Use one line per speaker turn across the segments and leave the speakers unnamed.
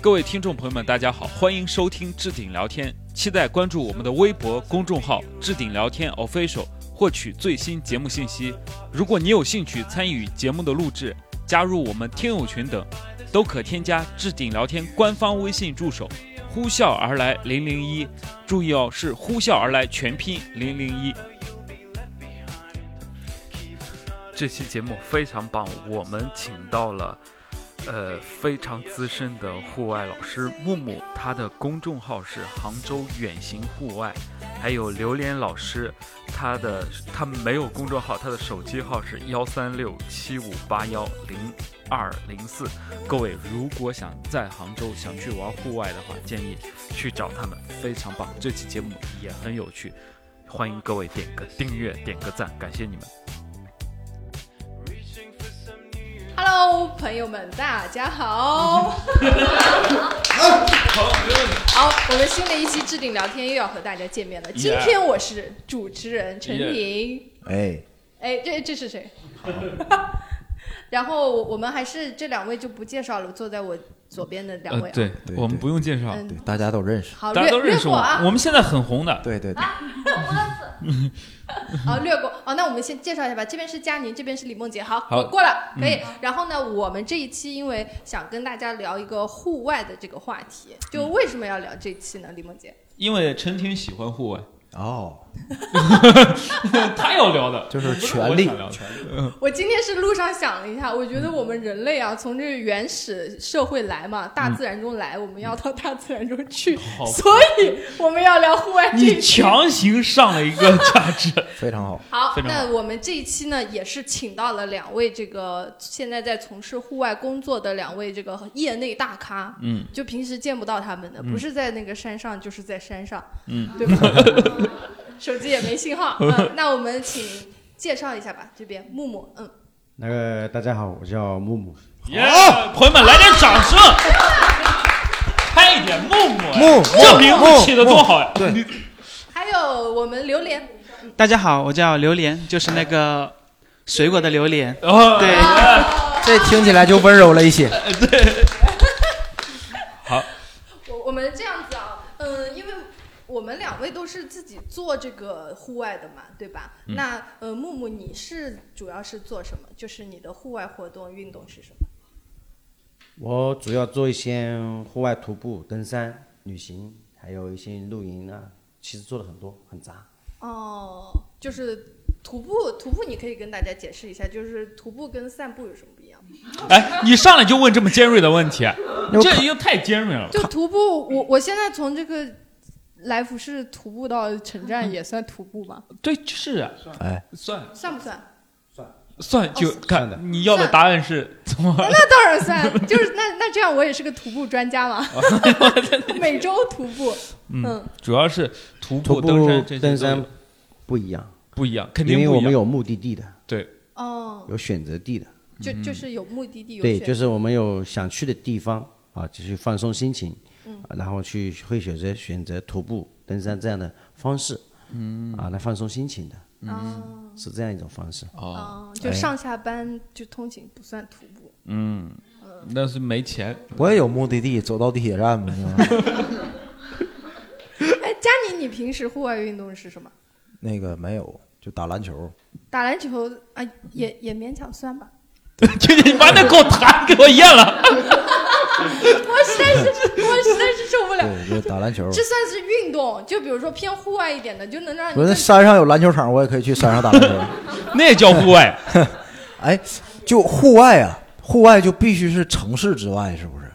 各位听众朋友们，大家好，欢迎收听置顶聊天，期待关注我们的微博公众号“置顶聊天 official”，获取最新节目信息。如果你有兴趣参与节目的录制，加入我们听友群等，都可添加置顶聊天官方微信助手“呼啸而来零零一”，注意哦，是“呼啸而来”全拼零零一。这期节目非常棒，我们请到了。呃，非常资深的户外老师木木，他的公众号是杭州远行户外，还有榴莲老师，他的他没有公众号，他的手机号是幺三六七五八幺零二零四。各位如果想在杭州想去玩户外的话，建议去找他们，非常棒，这期节目也很有趣，欢迎各位点个订阅，点个赞，感谢你们。
Hello，朋友们，大家好！好，我们新的一期置顶聊天又要和大家见面了。今天我是主持人陈婷，
哎，
哎，这这是谁？然后我我们还是这两位就不介绍了，坐在我左边的两位啊，
呃对
对
我们
对
不用介绍，
嗯
对，大家都认识。
好，
大家都
略
认
略
识
过
我
啊，，
我们现在很红的。
对对对，
好，略过哦。那我们先介绍一下吧，这边是佳宁，这边是李梦洁。好，
好嗯
我过了，可以。然后呢，我们这一期因为想跟大家聊一个户外的这个话题，就
嗯
为什么要聊这期呢？李梦洁，
因为陈婷喜欢户外，
哦，
她要聊的
就是
不是
权
我
力
想聊的
我今天是路上想了一下，我觉得我们人类啊，从这个原始社会来嘛，大自然中来，我们要到大自然中去，
嗯好
所以我们要聊户外这一
你
期。
强行上了一个价值，
非常好。
好，
非常好
那我们这一期呢，也是请到了两位这个现在在从事户外工作的两位这个业内大咖，
嗯，
就平时见不到他们的，不是在那个山上，就是在山上，
嗯，
对吧？ 手机也没信 号，嗯，那我们请介绍一下吧，这边木木，嗯，
那个大家好，我叫木木。
耶！朋友们来点掌声，拍一点木木哎，
木
这名字起的多好呀！
对，
还有我们榴莲，
大家好，我叫榴莲，就是那个水果的榴莲。
哦哎
对
这听起来就温柔了一些。
我我们这样子啊，嗯，因为我们两位都是自己做这个户外的嘛，对吧？
嗯
那呃，木木你是主要是做什么？就是你的户外活动运动是什么？
我主要做一些户外徒步、登山、旅行，还有一些露营啊，其实做的很多，很杂。
哦，就是徒步，徒步你可以跟大家解释一下，就是徒步跟散步有什么不一样？
哎，你上来就问这么尖锐的问 题，啊
那我
这已经太尖锐了。
就徒步，我我现在从这个来福士徒步到城站也算徒步吗？
对，是啊，
哎，
算
算不算？
算就
算的
看你要的答案是怎么
哦那当然算，就是那那这样我也是个徒步专家 嘛，每周徒步，嗯
主要是徒
徒
步、
步
登山、这些都
登山
有
不一样，
不一样，肯
因
定
为
不
我
一
们
样。
有目的地的，
对，嗯
哦，
有选择地的，
就就是有目的地，
嗯
有
对，
选
就是我们有想去的地方啊，就去放松心情，嗯，然后去会选择选择徒步、登山这样的方式，嗯，啊，来放松心情的，嗯，是这样一种方式。哎
哦，就上下班就通勤不算徒步。
嗯那是没钱。
我也有目的地，走到地铁站嘛。是吧
哎，佳妮，你平时户外运动是什么？
那个没有，就打篮球。
打篮球啊，也也勉强算吧。
就 你把那狗 痰给我啊咽了。
我实在是，我实在是受不了。
对，就打篮球。
这算是运动，就比如说偏户外一点的，就能让
我
你
那山上有篮球场，我也可以去山上打篮球。
那也叫户外？
哎，就户外啊，户外就必须是城市之外，是不是？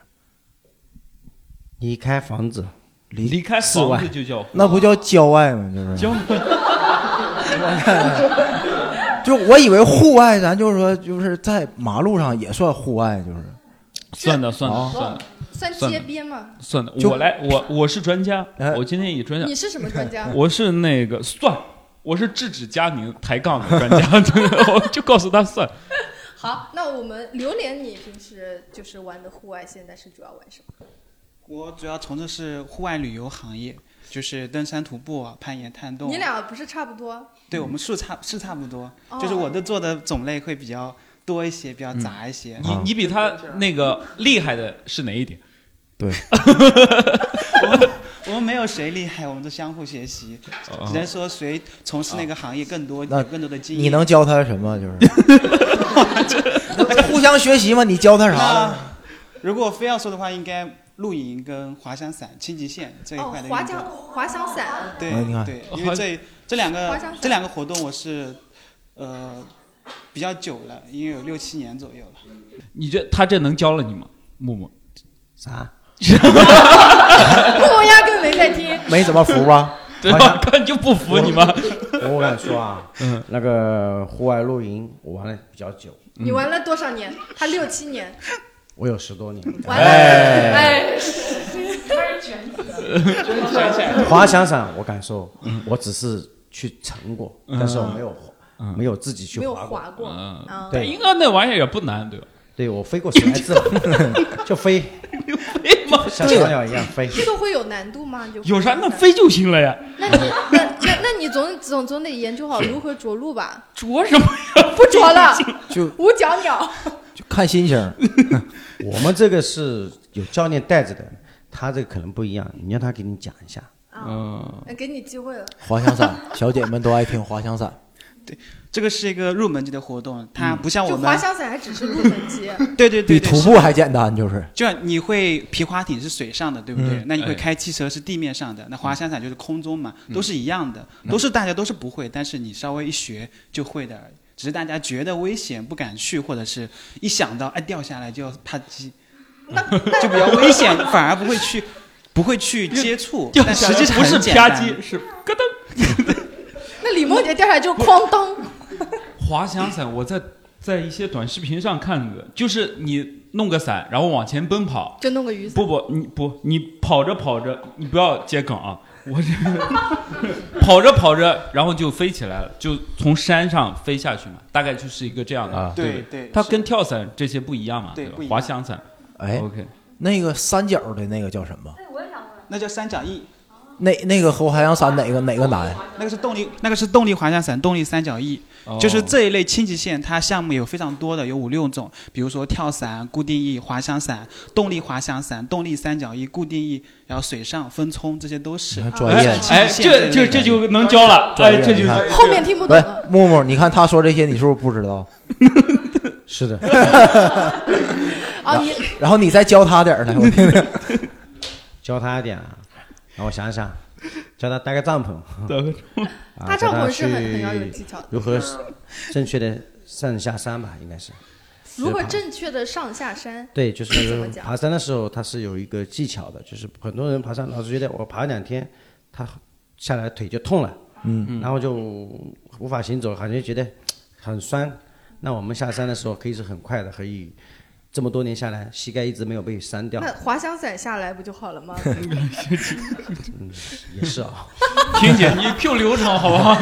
离开房子，
离
离开
室外
房子就叫户
那不叫郊外吗？就是
郊。
就我以为户外，咱就是说，就是在马路上也算户外，就是
算的算的
哦
算的
算
算
街边嘛。
算的。
就
我来，我我是专家
哎，
我今天以专家
你，是什么专家？
我是那个算，我是制止佳宁抬杠的专家， 对我就告诉他算。
好，那我们榴莲，你平时就是玩的户外，现在是主要玩什么？
我主要从事是户外旅游行业，就是登山徒步、啊、攀岩、探洞。
你俩不是差不多？
对我们是差是差不多，
哦
就是我的做的种类会比
啊
嗯
较多一些，比较杂一些。
你你比他那个厉害的是哪一点？
对，
我们没有谁厉害，我们都相互学习，
哦
只能说谁从事那个行业更多，
哦那
有更多的经验。
你 能教他什么？就是 互相学习嘛，你教他啥
那
了？
如果非要说的话，应该露营跟滑翔伞、轻极限这一
哦
块的，运
滑
动。
翔滑翔伞，
对
哎你看
对，因为这这两
滑
个
翔伞
这两个活动我是呃比较久了，因为有六七年左右了。
你这他这能教了你吗？木木，
啥？
我压根没在听。
没怎么服吧？
对
好
吧？
像
看就不服你吗？
我敢说啊，嗯，那个户外露营我玩的比较久，
嗯你玩了多少年？他六七年，
我有十多年。
玩了哎，
滑翔伞我敢说，
嗯
我只是去乘过，但是我没有没有自己去
没有
滑过。
滑过啊。
对
嗯应该那玩意儿也不难，对吧？
对我飞过十来次， 就飞，像小鸟一样飞。
这个会有难度吗？就
有啥那？飞就行了呀，
那你那那那你总总总得研究好如何着陆吧？
着什么呀？
不着了，
就
五角鸟。
就看心情。
我们这个是有教练带着的，他这个可能不一样，你让他给你讲一下。
嗯，
那给你机会了，
滑 翔伞， 小姐们都爱听滑翔伞。
这个是一个入门级的活动，它不像
就
我
滑
们，
翔伞还只是入门级，
对对对对，
比徒
是
步还简单，就是
就像你会皮划艇是水上的，对不
嗯
对？那你会开汽车是地面上的，
哎
那滑翔伞就是空中嘛，
嗯
都是一样的，都是大家都是不会，但是你稍微一学就会的而已。只是大家觉得危险不敢去，或者是一想到哎掉下来就要啪叽，
那
就比较危险，反而不会去，不会去接触。
掉
但
下
实
来
际上
不是
很简
啪
单
叽，是咯噔。
那李梦洁掉下来就哐当，
滑翔伞，我在在一些短视频上看的，就是你弄个伞，然后往前奔跑，
就弄个雨伞。
不不，你不，你跑着跑着，你不要接梗啊！我这跑着跑着，然后就飞起来了，就从山上飞下去嘛，大概就是一个这样的。
啊
对
不
对
它
是
跟跳伞这些不一样嘛，
对
吧
不一？样
滑翔伞
哎，
，OK，
那个三角的那个叫什么？
那叫三角翼，
那那个和滑翔伞哪个哪个难？
那个是动力，那个是动力滑翔伞，动力三角翼，
哦
就是这一类轻极限，它项目有非常多的，有五六种，比如说跳伞、固定翼、滑翔伞、动力滑翔伞、动力三角翼、固定翼，然后水上分冲，这些都是
你看。
哎
专业
哎，
哎，这这这就能教了，
专业
哎，这就
你看
后面听不懂啊
喂
了，，
木木，你看他说这些，你是不是不知 道？
是的，
啊，你
然后你再教他点儿来，我听听。
教他一点啊。让我想想，教他搭个帐篷， 啊，
搭帐篷是很
教他去
很要有技巧的
如何正确的上下山吧，应该是。
如何正确的上下山？
对，就
怎么
是
讲
爬山的时候，它是有一个技巧的，就是很多人爬山老是觉得我爬两天，他下来腿就痛了，嗯，然后就无法行走，好像觉得很酸。那我们下山的时候可以是很快的，可以这么多年下来，膝盖一直没有被删掉，
那滑翔伞下来不就好了吗？
也是啊、
听姐你 Q 流程好不好？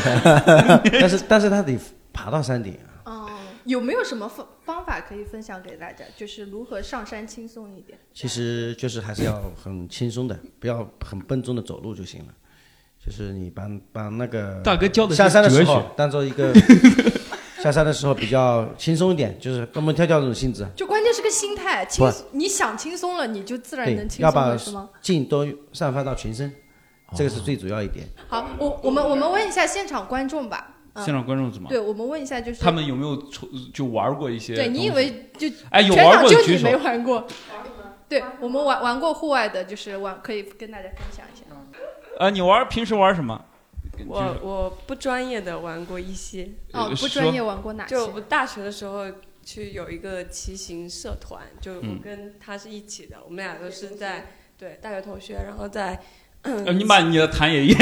但是但是他得爬到山顶啊，
哦，有没有什么方方法可以分享给大家？就是如何上山轻松一点？
其实就是还是要很轻松的，不要很笨重的走路就行了。就是你把把那个
大哥教的是
下山的时
哲
候
学
当做一 个下山的时候比较轻松一点，就是蹦蹦跳跳这种性质。啊
就关键是个心态，轻你想轻松了，你就自然
对
能，轻
要
松
把
了，是吗？
劲都散发到全身，这个是最主要一点。
好，我我们我们问一下现场观众吧。嗯
现场观众怎么？
对，我们问一下，就是
他们有没有抽就玩过一些？
对你以？为就
哎，有
全
玩
场
过
就
的
你
举手
没。玩过？对，我们玩玩过户外的，就是玩可以跟大家分享一下。
嗯
呃，你玩平时玩什么？
我我不专业的玩过一些，
哦，
呃
不
说
专业玩过哪些？
就我大学的时候去有一个骑行社团，就
嗯
我跟他是一起的，我们俩都是在对大学同学，然后 在
呃你把你的痰也咽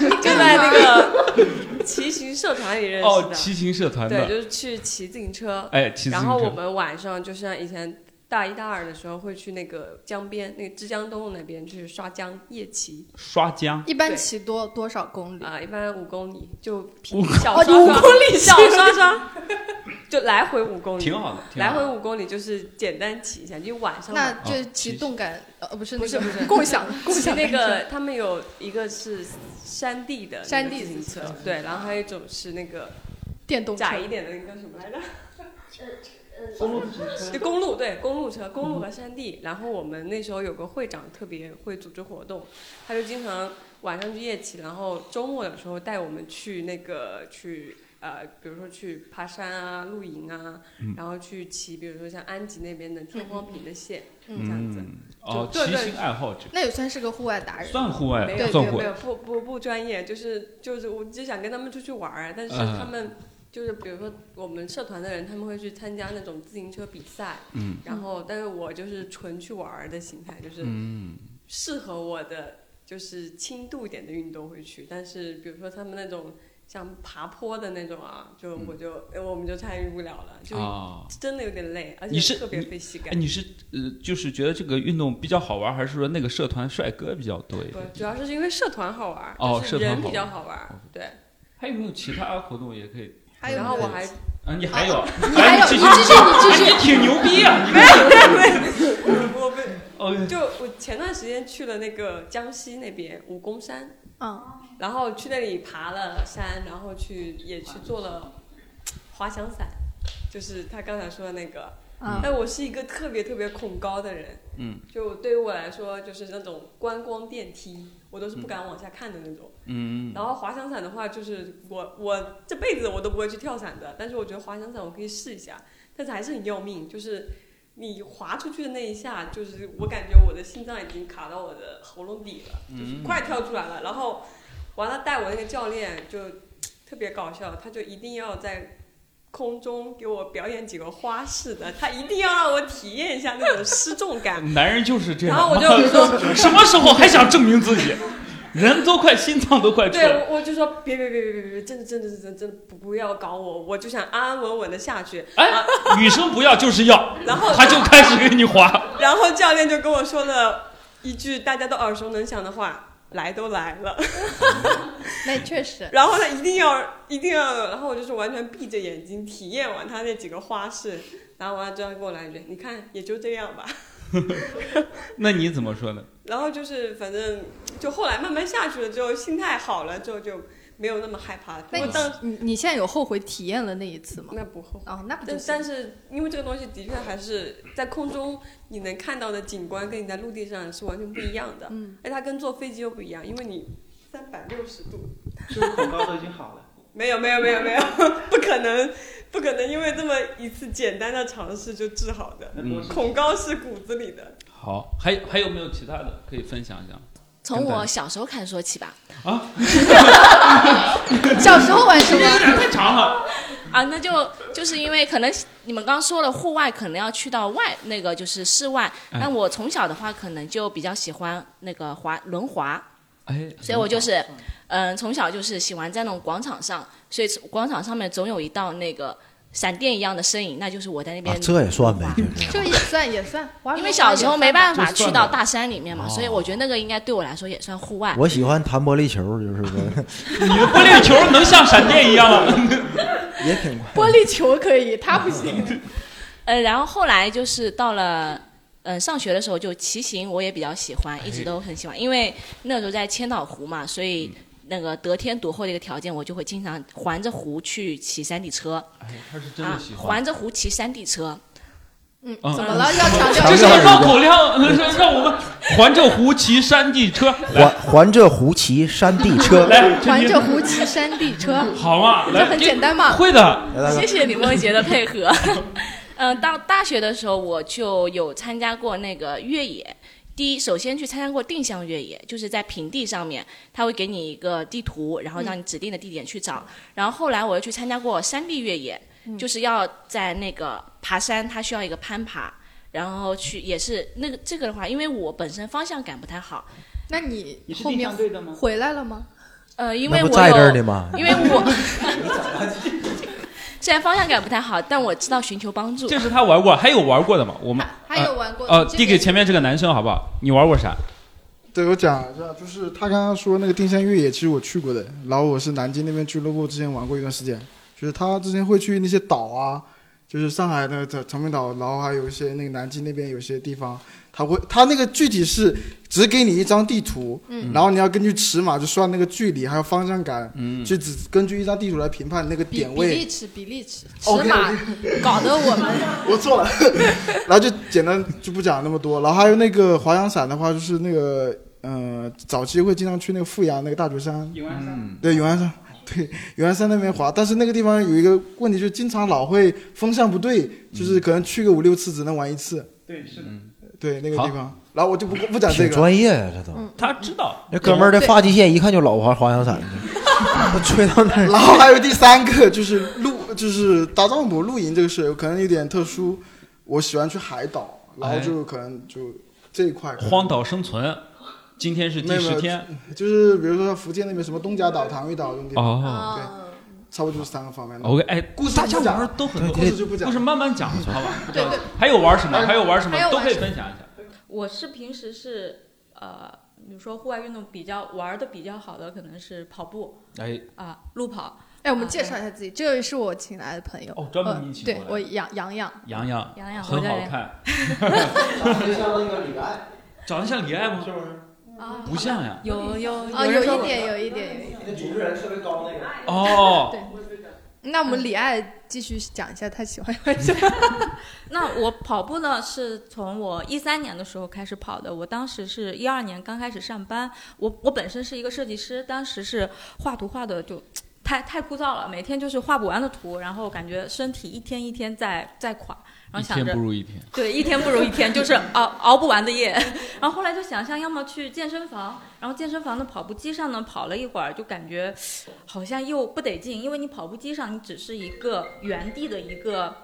就在那个骑行社团里认识
哦，
的，
骑行社团
对，
的，
就是去骑自行车，
哎，骑自行
然
车。
后我们晚上就像以前大一大二的时候会去那个江边，那个枝江东路那边去刷江夜骑
刷江，
一般
对
骑多多少公里？
啊、一般五公里就
五
小刷
哦你
刷，
五公里
小
骑
刷刷， 就来回五公里，
挺好的，挺
来
好的哦
回五公里就是简单骑一下，就晚上
那
嘛
就骑
骑
动感，呃，不是
不
那
是
个
不是
共享共
骑
享
那
单
个
车，
他们有一个是山地的那个
山地
自行车
自行，
对，然后还有一种是那个
电动车
窄一点的那个叫什么来着？公路嗯对公路对公路车，公路和山地。然后我们那时候有个会长特别会组织活动，他就经常晚上去夜骑，然后周末有时候带我们去那个去呃，比如说去爬山啊、露营啊，然后去骑，比如说像安吉那边的春光坪的线、这样子。
嗯，哦，
就
骑
对
行爱好者
那也算是个户外达人。
算户外
没
对
有，
算
没有，
户
没有，
外
不不不专业，就是就是，我就想跟他们出去玩儿啊，但是
嗯
他们就是比如说我们社团的人，他们会去参加那种自行车比赛，
嗯，
然后但是我就是纯去玩儿的形态，就是
嗯
适合我的就是轻度一点的运动会去，但是比如说他们那种像爬坡的那种啊，就我
嗯
就、呃我们就参与不了了，就
啊。
真的有点累，而
你是
且特别费膝盖
哎，。你是呃，就是觉得这个运动比较好玩，还是说那个社团帅哥比较多一
不
点？，
主要是因为社团好玩儿，
哦
就是
社团
人
好
比较
玩
好玩儿，对。
还有没有其他活动也可以？
还有
然后我还
啊，你还有，
你还有你
哎继
继
续
续，你继续。
哎你挺牛逼啊！你
我被
哦，
就我前段时间去了那个江西那边武功山，
嗯，
然后去那里爬了山，然后去也去做了滑翔伞，就是他刚才说的那个。
嗯
但我是一个特别特别恐高的人，
嗯，
就对于我来说，就是那种观光电梯，我都是不敢往下看的那种。
嗯，
然后滑翔伞的话，就是我我这辈子我都不会去跳伞的，但是我觉得滑翔伞我可以试一下，但是还是很要命，就是你滑出去的那一下，就是我感觉我的心脏已经卡到我的喉咙底了，就是快跳出来了。然后完了带我那个教练就特别搞笑，他就一定要在。空中给我表演几个花式的，他一定要让我体验一下那种失重 感。
男人就是这样。
然后 我就说
什么时候还想证明自己？人都快心脏都 快出来
对
了。，
我我就说别别别别别别，真的真的真的真的不不要搞我，我就想安安稳稳的下去。啊
哎，女生不要就是要，
然后
他就开始给你滑。
然后教练就跟我说了一句大家都耳熟能详的话：“来都来了。
那确”实，
然后他一定要一定要，然后我就是完全闭着眼睛体验完他那几个花式，然后完了之后他跟我来一句：“你看也就这样吧。
那你怎么说呢？”
然后就是反正就后来慢慢下去了之后，心态好了之后就没有那么害怕了。不
那
过
你
当
你你现在有后悔体验了那一次吗？
那不后悔。
哦，那不就
但
行
但是，因为这个东西的确还是在空中你能看到的景观，跟你在陆地上是完全不一样的。
嗯，
哎，它跟坐飞机又不一样，因为你三百六十度。
就是恐高都已经好了。
没有没有没有没 有，不可能，不可能，因为这么一次简单的尝试就治好的。
嗯
恐高是骨子里的。
好，还还有没有其他的可以分享一下？啊
从我小时候开始说起吧。
小时候玩什么？
太长了。
啊，那就就是因为可能你们刚刚说了户外，可能要去到外那个就是室外。
嗯
哎
但我从小的话，可能就比较喜欢那个滑轮滑，
哎，
所以我就是，嗯、从小就是喜欢在那种广场上，所以广场上面总有一道那个闪电一样的身影，那就是我在那边、
啊，这也算呗，嗯就是
这也算也算，玩
因为小时候没办法去到
这算吧
大山里面嘛，所以我觉得那个应该对我来说也算户外。
我喜欢弹玻璃球，就是说
你的玻璃球能像闪电一样啊吗？
也挺快。
玻璃球可以，他不行。
呃，然后后来就是到了嗯、呃上学的时候，就骑行我也比较喜欢，
哎
一直都很喜欢，因为那时候在千岛湖嘛，所以那个得天独厚的一个条件，我就会经常环着湖去骑山地车
哎， 他是真
啊
的喜，欢。
环着湖骑山地车。
嗯，
嗯
怎么了？要强调
这是
什么
个绕口令， 让让我们环着湖骑山地车。
环环这胡骑山 地车，
来，
环
陈
着
金
湖骑山 地车，
好嘛，
这
来，
很简单嘛。
会的，
来来来
谢谢李梦洁的配 合。嗯，到大学的时候，我就有参加过那个越野。第一，首先去参加过定向越野，就是在平地上面，他会给你一个地图，然后
嗯
让你指定的地点去找。然后后来我又去参加过山地越野，
嗯
就是要在那个爬山，它需要一个攀爬，然后去也是那个这个的话，因为我本身方向感不太好，
那你
你是
后
地
面
上队的吗？
回来了吗？
呃，因为
那
我
不
有
在这儿呢吗？
因 为我虽然方向感不太好，但我知道寻求帮助。
这是他玩过，还有玩过的吗？我们
啊还还有玩过
呃，
这
递
个
给前面这个男生好不好？你玩过啥？
对，我讲一下，就是他刚刚说那个定向越野，其实我去过的。然后我是南京那边俱乐部之前玩过一段时间，就是他之前会去那些岛啊，就是上海的长长明岛，然后还有一些那个南京那边有些地方，它会它那个具体是只给你一张地图，
嗯
然后你要根据尺码就算那个距离，还有方向感，
嗯
就只根据一张地图来评判那个
比
点
比
位。
例尺，比例尺，尺
OK，
码
OK
搞得我 们
我错 了，然后就简单就不讲那么多。然后还有那个滑翔伞的话，就是那个呃，早期会经常去那个富阳那个大觉山，
永安山，
嗯
对，永安山，对，永安山那边滑。但是那个地方有一个问题，就经常老会风向不对，就是可能去个五六次只能玩一次。
对，是的，
对，那个
好
地方。然后我就不不讲这个
挺
了。
专业啊呀，这都。
他知道，
那哥们儿的发际线一看就老滑滑翔伞，我吹到那儿。
然后还有第三个就是露，就是搭帐篷露营这个事，可能有点特殊。我喜欢去海岛，然后就可能就这一块可能。
哎荒岛生存，今天是
没
第
有没有
十天
就是比如说福建那边什么东家岛、唐屿岛这种地方，
哦。
啊，
差不多就是三个方面的。
OK，哎，
故事
大家
不讲
玩儿都很
故
多，
事就不讲
故事
了。
慢慢讲，好吧？
对对，
还有玩什么？还有玩什
还有
么？
玩
都可以分享一下。
我是平时是呃，比如说户外运动比较玩的比较好的，可能是跑步
哎，
啊、路跑。啊
哎，我们介绍一下自己，这位是我请来的朋友，
哦专门
呃
你请
对
过来
我杨杨洋，
洋洋
洋洋
很
我这
好
人
看， 嗯
像那个李白，
长得像李艾吗？
啊
不像呀。
有有
啊，
人
有
说
一
我
点，有一点，有一点。
那主持人特别高那个，
哦，
那我们李艾继续讲一下他喜欢玩什么。
那我跑步呢，是从我一三年的时候开始跑的。我当时是一二年刚开始上班，我我本身是一个设计师，当时是画图画的就太太枯燥了，每天就是画不完的图，然后感觉身体一天一天在在垮，然
一
后想
天
着
不如一天。
对，一天不如一天，就是熬熬不完的夜。 然后后来就想象，要么去健身房，然后健身房的跑步机上呢跑了一会儿，就感觉好像又不得劲，因为你跑步机上你只是一个原地的一个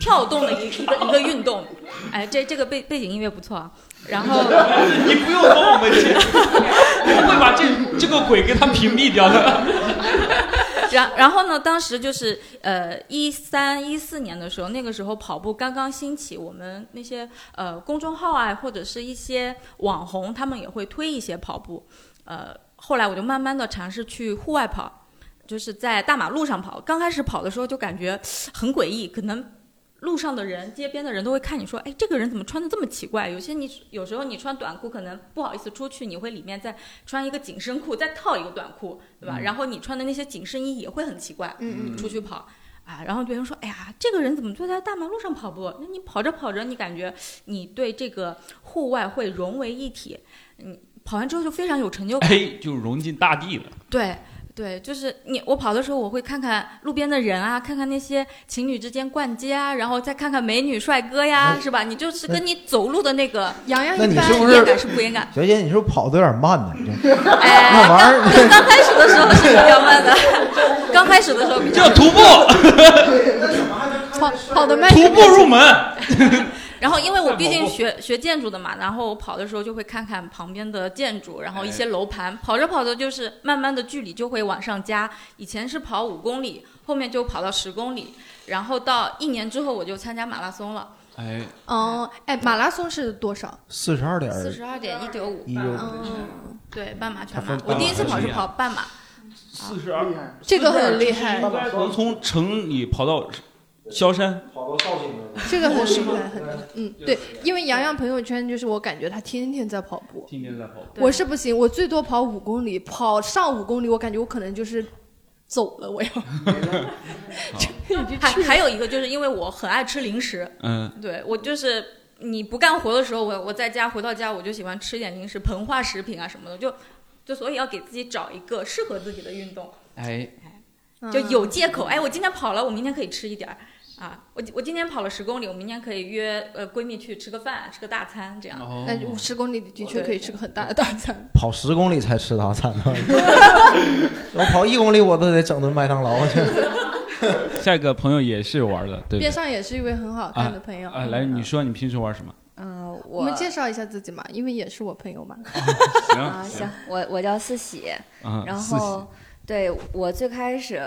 跳动的一一个一个运动。哎，这这个背背景音乐不错啊。然后
你不用帮我们接，我会把这这个鬼给他屏蔽掉的。
然然后呢，当时就是呃一三一四年的时候，那个时候跑步刚刚兴起，我们那些呃公众号啊，或者是一些网红，他们也会推一些跑步。呃，后来我就慢慢的尝试去户外跑，就是在大马路上跑。刚开始跑的时候就感觉很诡异，可能。路上的人、街边的人都会看你说，哎，这个人怎么穿的这么奇怪？有些你有时候你穿短裤，可能不好意思出去，你会里面再穿一个紧身裤，再套一个短裤，对吧？然后你穿的那些紧身衣也会很奇怪，
嗯
出去跑。啊，然后别人说，哎呀，这个人怎么坐在大马路上跑步？那你跑着跑着，你感觉你对这个户外会融为一体，你跑完之后就非常有成就感。
哎，就融进大地了。
对对，就是你我跑的时候，我会看看路边的人啊，看看那些情侣之间逛街啊，然后再看看美女帅哥呀，是吧？你就是跟你走路的那个
洋洋
哎那
一
你
般
是不
验
是
感是不严感。
小姐，你是不是跑的有点慢呢？你这那
哎，刚
玩意 儿，
刚开始的时候是比较慢的， 刚开始的时候比较
叫徒步，
跑跑得慢，
徒步入门。
然后，因为我毕
在
竟
跑步
学学建筑的嘛，然后我跑的时候就会看看旁边的建筑，然后一些楼盘。跑着跑着，就是慢慢的距离就会往上加。以前是跑五公里，后面就跑到十公里，然后到一年之后我就参加马拉松了，
哎，
嗯， 哎，马拉松是多少？
四十二点
四十二点一九五，
呃一六，
嗯，
对，半马全
它分
马。
半
我
马
第一次
和
跑是
全马
跑半马，啊
四十二，
这个很厉害，
应该能从城里跑到萧山。
跑到绍兴了。
这个很厉害，很厉害。嗯，对，因为洋洋朋友圈就是我感觉他天天在跑步，
天天在跑步。
对
我是不行，我最多跑五公里，跑上五公里，我感觉我可能就是走了， 我要。
还还有一个就是因为我很爱吃零食，
嗯，
对我就是你不干活的时候，我我在家回到家我就喜欢吃点零食，膨化食品啊什么的，就就所以要给自己找一个适合自己的运动，
哎，
嗯
就有借口。哎，我今天跑了，我明天可以吃一点儿啊。我我今天跑了十公里，我明天可以约呃闺蜜去吃个饭，吃个大餐这样。
哦
哎
但五十公里的确可以吃个很大的大餐。
跑十公里才吃大餐呢。我跑一公里我都得整顿麦当劳去。
下一个朋友也是玩的，对不
边
对？
上也是一位很好看的朋友。
啊，来，你说你平时玩什么？
嗯、
我
我
们介绍一下自己嘛，因为也是我朋友嘛。
啊行，我我叫四喜，
嗯，
然
四
后对我最开始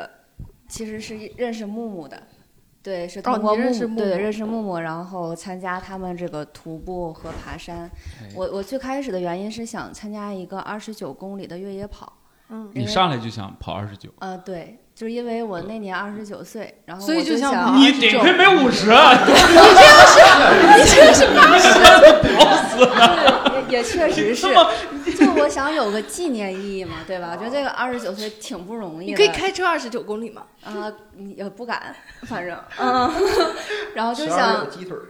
其实是认识木木的，对，是
哦
通过
你
木
认
木、
识木
对
木
认识木木，然后参加他们这个徒步和爬山。
哎
我我最开始的原因是想参加一个二十九公里的越野跑，
嗯
你上来就想跑二十九，
呃，对，就是因为我那年二十九岁，然后
所以
我
就想
想
跑你
顶配没50啊
你这个是，啊你这个是八十，啊
跑死
了， 也也确实是，就我想有个纪念意义嘛，对吧？我觉得这个二十九岁挺不容易的。
你可以开车二十九公里吗？
啊，你也不敢，反正嗯，然后就想，
鸡腿儿。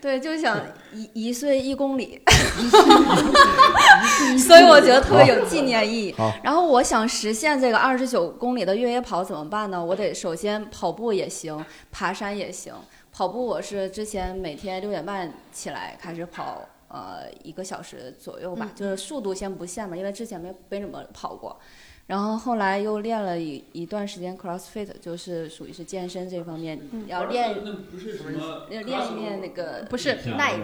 对，就想一一岁一公里，所以我觉得特别有纪念意义
好好。
然后我想实现这个二十九公里的越野跑怎么办呢？我得首先跑步也行，爬山也行。跑步我是之前每天六点半起来开始跑，呃，一个小时左右吧，
嗯
就是速度先不限嘛，因为之前没没怎么跑过。然后后来又练了一一段时间 CrossFit，就是属于是健身这方面，
嗯
嗯要练
那不是什么
要练一练那个
不是
耐力，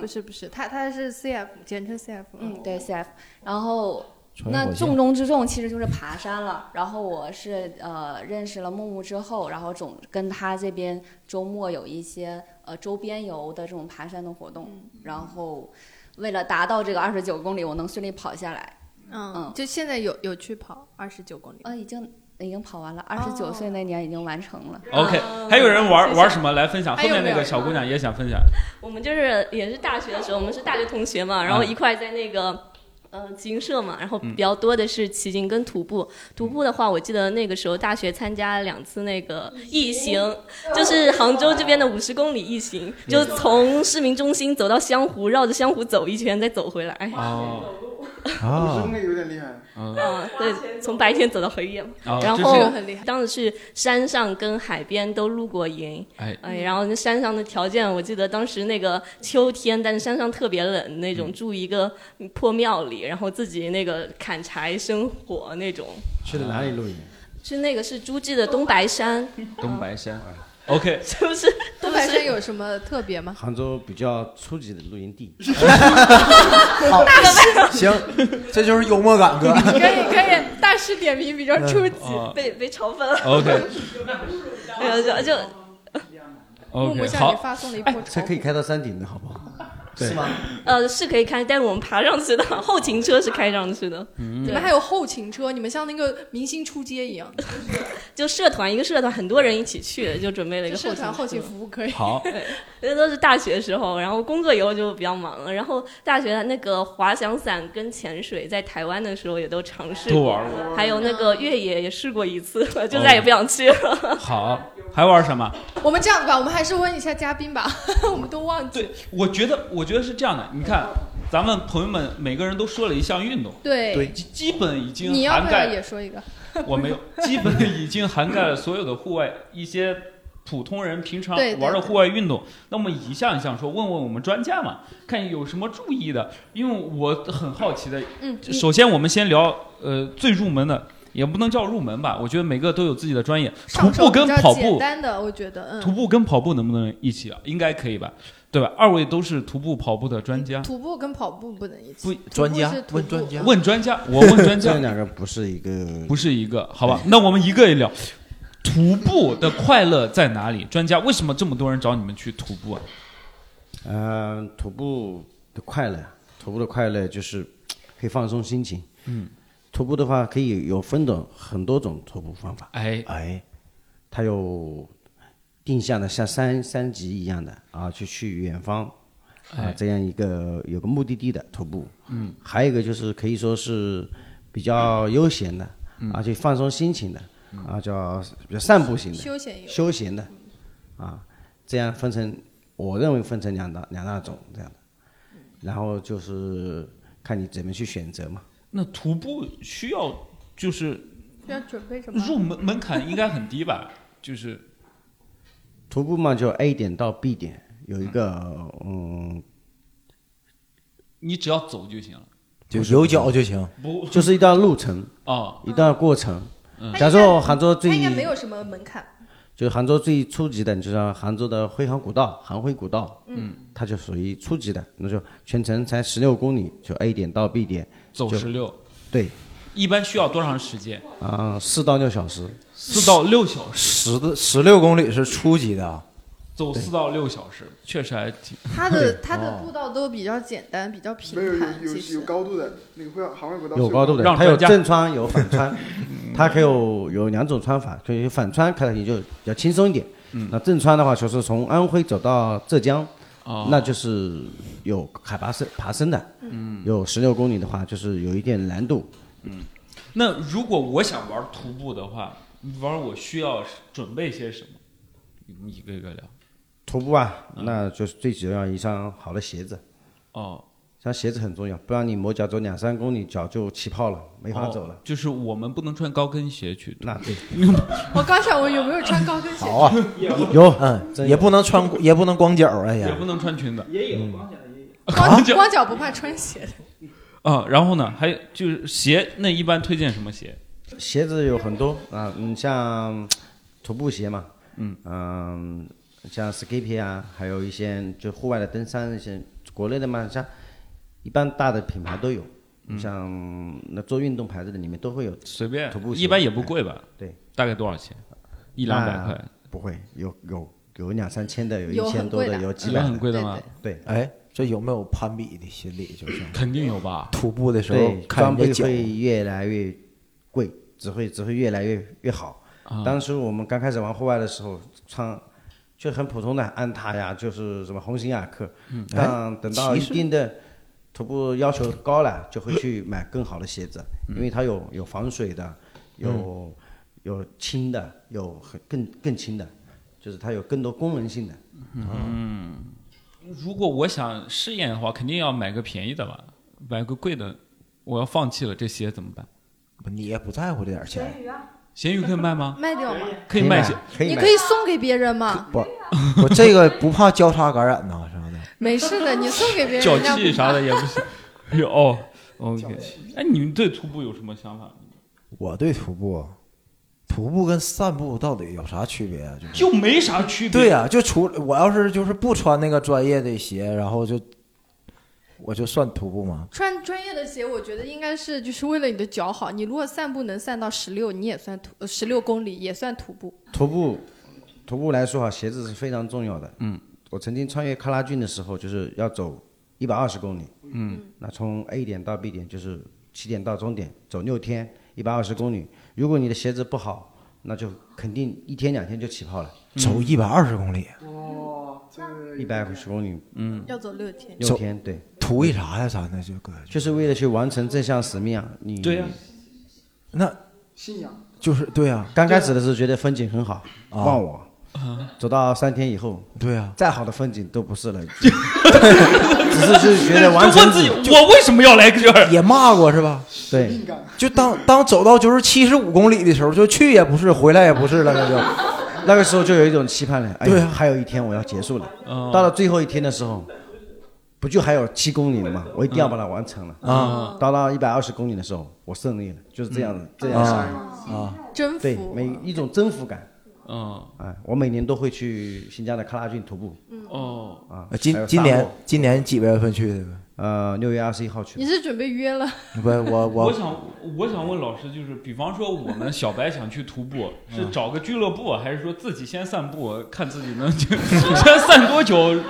不是不是，他他是 CF，简称 CF。
嗯，对 CF。然后
穿越
那
火线
重中之重其实就是爬山了。然后我是呃认识了木木之后，然后总跟他这边周末有一些呃周边游的这种爬山的活动。
嗯
然后为了达到这个二十九公里，我能顺利跑下来。
嗯，就现在有有去跑二十九公里。哦
啊，已经已经跑完了，二十九岁那年已经完成了。
OK，还有人玩玩什么来分享？后
还有
面那
没
个
有
小姑娘也想分享。
我们就是也是大学的时候，我们是大学同学
嗯
嘛，然后一块在那个。呃，骑行社嘛，然后比较多的是骑行跟徒步。
嗯
徒步的话，我记得那个时候大学参加两次那个
嗯
义行，就是杭州这边的五十公里义行，
嗯
就从市民中心走到湘湖，绕着湘湖走一圈，再走回来。哎
哦，
我真的有点厉害。
嗯，对，从白天走到黑夜嘛。
哦
然
这
后
是
当时去山上跟海边都露过营，
哎
然后那山上的条件，我记得当时那个秋天，但是山上特别冷，那种住一个破庙里，然后自己那个砍柴生火那种。
去的哪里露营？
是那个是诸暨的东白山，
东白山。OK，
就是
东白山有什么特别吗？
杭州比较初级的露营 地。
好大师
行，这就是幽默感，哥。
可以可以，大师点评比较初级
嗯哦，
被被嘲讽了。
OK
没有就就
OK，
向你
好，
发送了一波
这哎可以开到山顶的好不好？是吗？
呃是可以开，但是我们爬上去的，后勤车是开上去的。
嗯
你们还有后勤车，你们像那个明星出街一 样，
就社团一个社团，很多人一起去，就准备了一个
社团后勤
服
服务可以。
好
对，那都是大学时候，然后工作以后就比较忙了。然后大学那个滑翔伞跟潜水，在台湾的时候也都尝试
都
过，
玩过哦
还有那个
嗯
越野也试过一次， 就再也不想去了。
好，还玩什么？
我们这样子吧，我们还是问一下嘉宾吧， 我们都忘记。
我觉得，我觉得是这样的。你看，咱们朋友们每个人都说了一项运动，
对
基基本已经
你要
涵
不
盖
要也说一个？
我没有，基本已经涵盖了所有的户外一些普通人平常
对对
玩的户外运动。那我们一项一项说，问问我们专家嘛，看有什么注意的。因为我很好奇的，
嗯你
首先我们先聊呃最入门的，也不能叫入门吧，我觉得每个都有自己的专业。徒
上手
步跟
比较
跑
简
步，
单的，我觉得，嗯，
徒步跟跑步能不能一起啊？应该可以吧，对吧？二位都是徒步跑步的专家，
徒步跟跑步不能一
不
起，徒步是徒步
问专家，我问 专家
这，两个不是一个，
不是一个，好吧？ 那我们一个一聊，徒步的快乐在哪里？专家，为什么这么多人找你们去徒步啊？
呃，徒步的快乐，啊徒步的快乐就是可以放松心情。
嗯，
徒步的话可以有分种很多种徒步方法。
哎
哎，它有定向的，像三三级一样的啊，就去远方啊
哎
这样一个有个目的地的徒步。
嗯，
还有一个就是可以说是比较悠闲的，
嗯
啊，就放松心情的，
嗯
啊，叫比较散步型的，
休闲游
休闲的，啊，这样分成，我认为分成两大两大种这样的，然后就是看你怎么去选择嘛。
那徒步需要就是
要准备什么？
入门门槛应该很低吧？就是
徒步嘛，就 A 点到 B 点有一个嗯，
你只要走就行了。
就有脚就行
不
就是一段路程
哦，
一段过程。
嗯
假如说杭州最
它应该没有什么门槛。
就是杭州最初级的，你就像杭州的辉航古道、杭辉古道，
嗯，
它就属于初级的，那就全程才十六公里，就 A 点到 B 点，
走
就
16，
对，
一般需要多长时间？
啊，四到六小时，
四到六小时，
十的十六公里是初级的啊，
走四到六小时，确实还挺。
它的它的步道都比较简单，比较平坦，其实有高
度的那个会航海轨道
有高度的，
让
它有
专家
正穿有反穿，它可以有有两种穿法，可以反穿，看上去就比较轻松一点。
嗯
那正穿的话，就是从安徽走到浙江，
哦
那就是有海拔升爬升的，
嗯
有十六公里的话，就是有一点难度。
嗯，那如果我想玩徒步的话，玩我需要准备些什么？你们一个一个聊。
徒步啊，那就是最主要一双好的鞋子。
嗯哦，
像鞋子很重要，不然你磨脚走两三公里，脚就起泡了，没法走了。
哦就是我们不能穿高跟鞋去。
那 对，
我刚想我有没有穿高跟鞋？
好啊，有，嗯，也不能穿，也不能光脚，哎呀
也，不能穿裙子。
也有
光脚
光光脚不怕穿鞋的。
嗯
啊，然后呢，还有就是鞋，那一般推荐什么鞋？
鞋子有很多啊，嗯，像徒步鞋嘛，嗯像 Skippy 啊，还有一些就户外的登山那些，国内的嘛，像一般大的品牌都有，像那做运动牌子的里面都会有，
随便
徒步鞋
一般也不贵吧？
对，
大概多少钱？一两百
那
块。
不会，有有有两三千的，有
有
一千
很
多
贵
的，
的
有几百
有很贵的吗？
对，
哎，这有没有攀比的心理？就是
肯定有吧。
徒步的时候
对，
看
装
人
备
家脚，
会越来越贵，只会只会越来越越好。
啊
当时我们刚开始玩户外的时候，穿就很普通的安踏呀，就是什么鸿星雅克。
嗯
但
哎
等到
其
一
实
定的徒步要求高了，就会去买更好的鞋子，
嗯
因为它有有防水的，有有轻的，有很更更轻的，就是它有更多功能性的。
嗯，如果我想试验的话，肯定要买个便宜的吧，买个贵的，我要放弃了，这鞋怎么办？
你也不在乎这点钱。
咸鱼可以卖吗？
卖掉吗？
可以卖鞋，
你啊可以送给别人吗？
不，我这个不怕交叉感染呐啥的。
没事 的，你送给别人，
脚
人家
气
不
啥的也不 行。哎呦哦，OK。哎，你们对徒步有什么想法？
我对徒步，徒步跟散步到底有啥区别啊？就是
就没啥区别。
对呀、就除我要是就是不穿那个专业的鞋，然后就我就算徒步吗？
穿专业的鞋，我觉得应该是就是为了你的脚好。你如果散步能散到十六，你也算徒呃十六公里也算徒步。
徒步，徒步来说哈，啊鞋子是非常重要的。嗯，我曾经穿越喀拉峻的时候，就是要走一百二十公里。
嗯，
那从 A 点到 B 点就是起点到终点，走六天，一百二十公里。如果你的鞋子不好，那就肯定一天两天就起泡了。
嗯走一百二十公里，
嗯哦
一百五十公里，嗯，
要走六天
六天对，
图为啥呀？咱那就哥，
就是为了去完成这项使命啊。你
对呀
那
信仰。
就是对呀、
刚开始的时候觉得风景很好，
啊
啊忘我
啊。
走到三天以后，
对啊，
再好的风景都不是了， 只是就觉得完成
就问自己我为什么要来这儿？
也骂过是吧？
对，
就当当走到就是七十五公里的时候，就去也不是，回来也不是了，那就。
那个时候就有一种期盼了，哎
对
呀，
啊
还有一天我要结束了。
哦
到了最后一天的时候，不就还有七公里了吗？我一定要把它完成了。
嗯啊
到了一百二十公里的时候，我胜利了，就是这样的，
嗯
这样
啊啊
征服
对，每一种征服感。
嗯，
哎，我每年都会去新疆的喀拉峻徒步。
哦
啊，
呃今
还有
今
沙
年
漠
今年几月份去的呗？
呃六月二十一号去。
你是准备约了？
不，我
我想我想问老师，就是比方说我们小白想去徒步，是找个俱乐部，还是说自己先散步，看自己能 先散多久？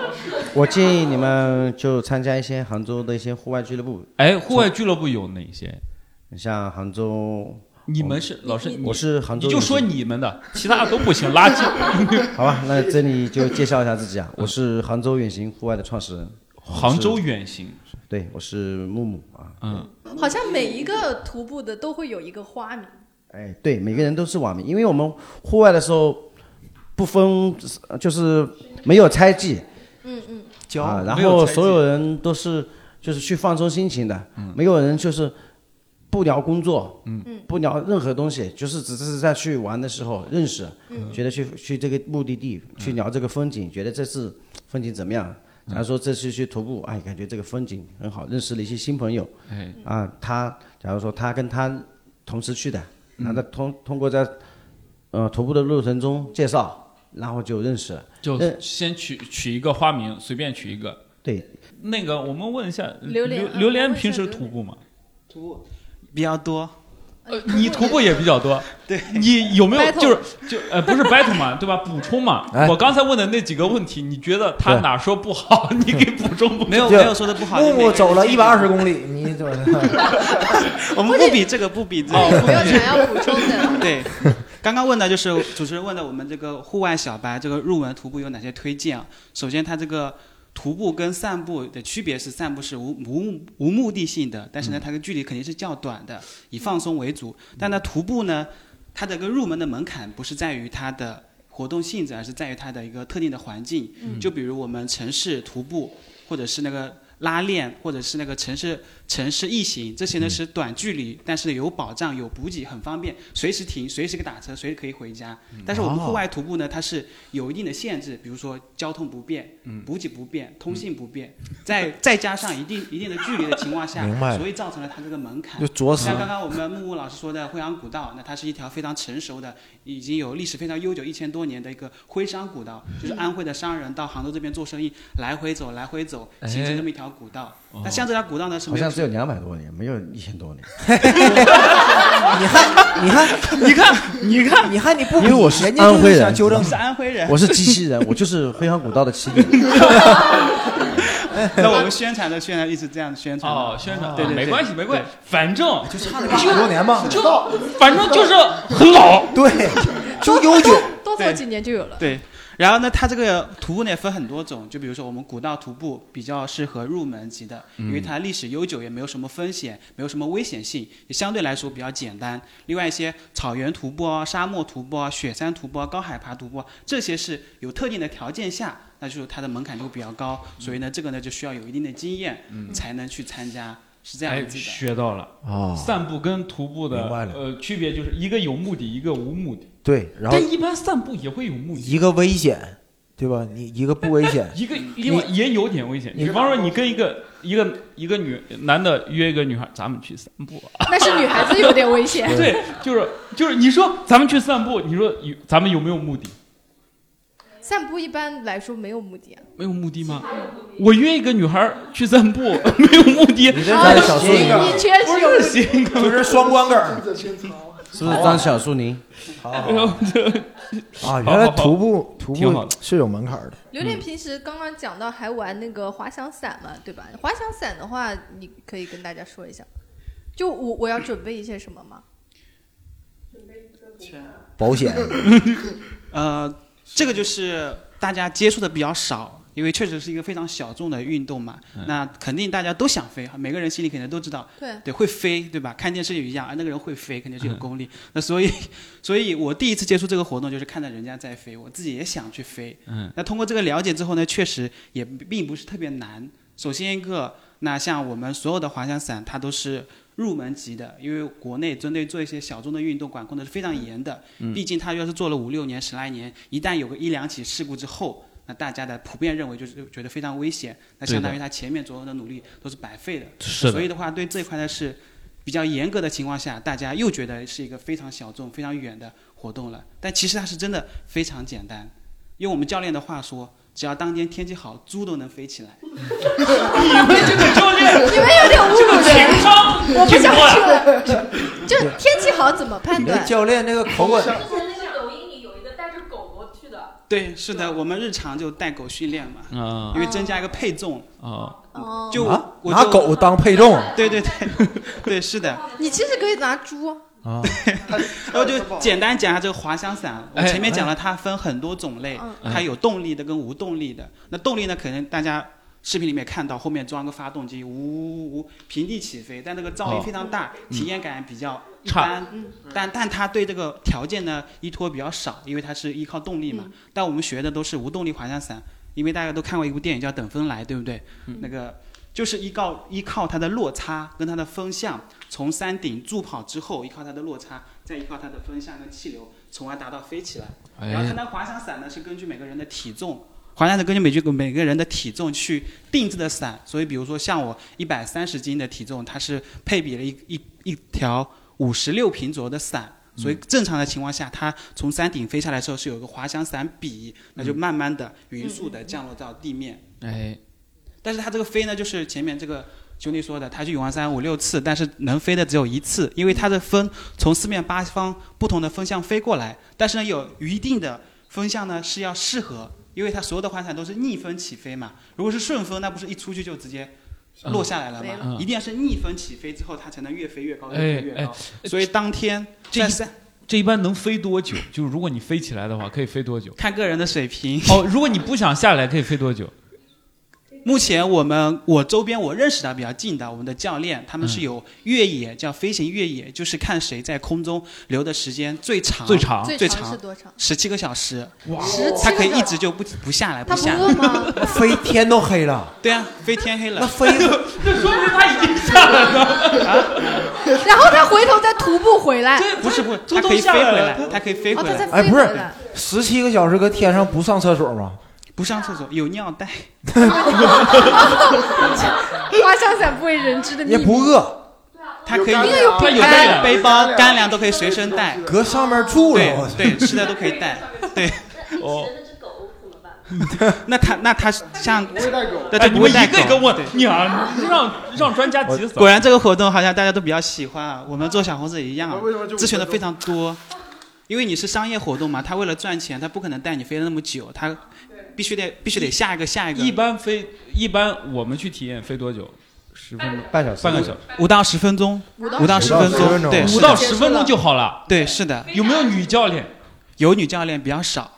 我建议你们就参加一些杭州的一些户外俱乐部。
哎，户外俱乐部有哪些？
你像杭州，
你们是老师，你
我是杭州
你
有
就
一
说
个
你们的，其他的都不行，垃圾。
好吧，那这里就介绍一下自己啊，我是杭州远行户外的创始人。
杭州远行，
对，我是木木啊。
嗯，
好像每一个徒步的都会有一个花名。
哎，对，每个人都是网民，因为我们户外的时候不分，呃就是没有猜忌
嗯嗯，
啊，然
没有
后
猜忌
所有人都是就是去放松心情的，没有人就是不聊工作，
嗯
嗯，
不聊任何东西，就是只是在去玩的时候认识，
嗯
觉得去去这个目的地去聊这个风景，觉得这次风景怎么样？
嗯
假如说这次去徒步，哎，感觉这个风景很好，认识了一些新朋友，
哎，
啊，他假如说他跟他同时去的，那他通通过在呃徒步的路程中介绍，然后就认识了。
就
认
先取取一个花名，随便取一个。
呃对，
那个我们问一下，
榴莲
榴
嗯
榴莲
我问一下
平时
榴莲
徒步吗？
徒步比较多，
呃，你徒步也比较多，对你有没有
Battle
就是就呃不是 battle 嘛，对吧？补充嘛，我刚才问的那几个问题，你觉得他
对
哪说不好？ 你给补充补充。
没有没有说的不好，
木木走了一百二十公
里。
里，你怎么？
我们不比这个，不比这
哦
个，
没有
想要补充的
对，刚刚问的就是主持人问的我们这个户外小白这个入门徒步有哪些推荐啊？首先，它这个徒步跟散步的区别是，散步是无无无目的性的，但是呢，它的距离肯定是较短的，以放松为主。但呢，徒步呢，它的一个入门的门槛不是在于它的活动性质，而是在于它的一个特定的环境。
嗯
就比如我们城市徒步，或者是那个拉练，或者是那个城市城市异行，这
嗯
些呢是短距离，但是有保障、有补给，很方便，随时停，随时可以打车，随时可以回家。
嗯
但是我们
哦
户外徒步呢，它是有一定的限制，比如说交通不便、
嗯
补给不便、通信不便，再再加上一定一定的距离的情况下
明白，了
所以造成了它这个门槛。
就着实
像刚刚我们木木老师说的惠阳古道，那它是一条非常成熟的，已经有历史非常悠久一千多年的一个徽商古道，就是安徽的商人到杭州这边做生意，来回走，来回走，
哎
形成这么一条古道。那像这条古道呢，是
哦呃好
没有
像只有两百多年，没有一千多年。
你看，
你看，你看，
你看，你不
因为我是
人家
安
就
徽
想
人，
纠正
你
你
知道吗
安徽人
我是鸡西人，我 就是徽阳古道的骑兵。
那我们宣传的宣传一直这样宣传的。啊
哦宣传
对对，
没关系没关系，反正就
差
了80多年嘛
就
反正就是很老，
对， 就悠久。
多走几年就有了。
对，然后呢，它这个徒步呢也分很多种，就比如说我们古道徒步比较适合入门级的，因为
嗯
它历史悠久，也没有什么风险，没有什么危险性，也相对来说比较简单。另外一些草原徒步啊、沙漠徒步啊、雪山徒步啊、高海拔徒步啊，这些是有特定的条件下，那就是它的门槛就比较高，
嗯
所以呢，这个呢就需要有一定的经验、
嗯
才能去参加，是这样
哎，
子的。
学到了
哦
散步跟徒步的
明白了
呃区别就是一个有目的，一个无目的。
对，然后
但一般散步也会有目的，，
一个危险，对吧？你一个不危险
一个另外也有点危险。你比方说，你跟一个一个一个女男的约一个女孩，咱们去散步。
但是女孩子有点危险。
对，就是 就是，你说咱们去散步，你说有咱们有没有目的？
散步一般来说没有目的啊。
没有目的吗？我约一个女孩去散步， 没有目的。你
这在小树林
你确实有
不是谐音梗，
就是双关梗。
是不是张小树林？
好
哎呦这
啊，
好
原来
好好
徒步徒
挺好
步
的
是有门槛的。
榴
嗯
莲平时刚刚讲到还玩那个滑翔伞嘛，对吧？滑翔伞的话，你可以跟大家说一下，就我我要准备一些什么吗？
保险。
呃，这个就是大家接触的比较少，因为确实是一个非常小众的运动嘛。
嗯
那肯定大家都想飞，每个人心里肯定都知道，
对
会飞，对吧？看电视也一样，啊，那个人会飞，肯定是
嗯
有功力。 那所以，所以我第一次接触这个活动，就是看到人家在飞，我自己也想去飞。
嗯
那通过这个了解之后呢，确实也并不是特别难。首先一个，那像我们所有的滑翔伞，它都是入门级的，因为国内针对做一些小众的运动管控的是非常严的。
嗯
毕竟它要是做了五六年、十来年，一旦有个一两起事故之后，那大家的普遍认为就是觉得非常危险，那
对的
相当于他前面所有的努力都是白费的。
是的
所以的话，对这块呢是比较严格的情况下，大家又觉得是一个非常小众、非常远的活动了。但其实它是真的非常简单，用我们教练的话说，只要当天天气好，猪都能飞起来。
你们这个教练，
你们有点侮辱
这个
人
情商，
我不想去了
挺。
就天气好怎么判
你这
断？
教练那个口吻，
对，是的，我们日常就带狗训练嘛，
啊
因为增加一个配重。
啊，
就我,、
啊
我
拿
就
狗当配重，
对对对，对是的。
你其实可以拿猪。
啊，
然后就简单讲一下这个滑翔伞。我
哎
前面讲了，它分很多种类
嗯，
嗯
它有动力的跟无动力的。那动力呢，可能大家视频里面看到，后面装个发动机，呜呜呜，平地起飞，但那个噪
哦
音非常大，体验感比较一
差
般。但但它对这个条件呢依托比较少，因为它是依靠动力嘛。但我们学的都是无动力滑翔伞，因为大家都看过一部电影叫《等风来》，对不对？
嗯
那个就是依靠依靠它的落差跟它的风向，从山顶助跑之后，依靠它的落差，再依靠它的风向跟气流，从而达到飞起来。
哎
然后它的滑翔伞呢是根据每个人的体重。滑翔伞根据每个每个人的体重去定制的伞，所以比如说像我一百三十斤的体重，它是配比了一一一条五十六平左右的伞，所以
嗯
正常的情况下，它从山顶飞下来的时候是有一个滑翔伞笔，那就慢慢的匀速的降落到地面。
哎，
但是它这个飞呢，就是前面这个兄弟说的，他去永华山五六次，但是能飞的只有一次，因为它的风从四面八方不同的风向飞过来，但是呢，有一定的风向呢是要适合，因为它所有的滑伞都是逆风起飞嘛。如果是顺风，那不是一出去就直接落下来了
没
吗？
了
一定要是逆风起飞之后，它才能越飞越高，越
哎
飞越
嗯哎
高。，所以当天
这
在
一
山
这一般能飞多久？就是如果你飞起来的话，可以飞多久？
看个人的水平。
哦，如果你不想下来，可以飞多久？
目前我们我周边我认识的比较近的，我们的教练他们
嗯
是有越野、叫飞行越野，就是看谁在空中留的时间最长，
最长
最
最长是多长？
十七个小时，
哇
他
17
可以
个
一直就不不下来，
他不
下
饿吗？
来，
飞天都黑了，
对啊，飞天黑了，
那飞
这说明他已经下来了。
然后他回头再徒步回来。
不是不是，
他
它可以飞回来，它可以飞
哦
回
它在
来，
哎，不是，十七个小时搁天上不上厕所吗？
不上厕所有尿袋，
花香伞不为人知的秘密。
也不饿，
它可以
因为有
哦
它有
干粮
背包、干粮都可以随身带，
搁上面住了，我操
对对，吃的都可以带，对。 哦。那他那他像不会带狗对，他
哎你
不
们
会
一
带
个一
狗
个问
对，
你啊，让让专家急死了。
果然这个活动好像大家都比较喜欢啊，我们做小红书也一样啊，咨询的非常多。因为你是商业活动嘛，他为了赚钱，他不可能带你飞那么久，他必须得必须得下一个下一个。
一般飞，一般我们去体验飞多久？十分钟，
半小时
半个小时，
五到十分钟，
五
五
到
到
十
十
分
分
钟
钟，对，
五到十分钟就好了。
对，是的。
有没有女教练？
有女教练比较少，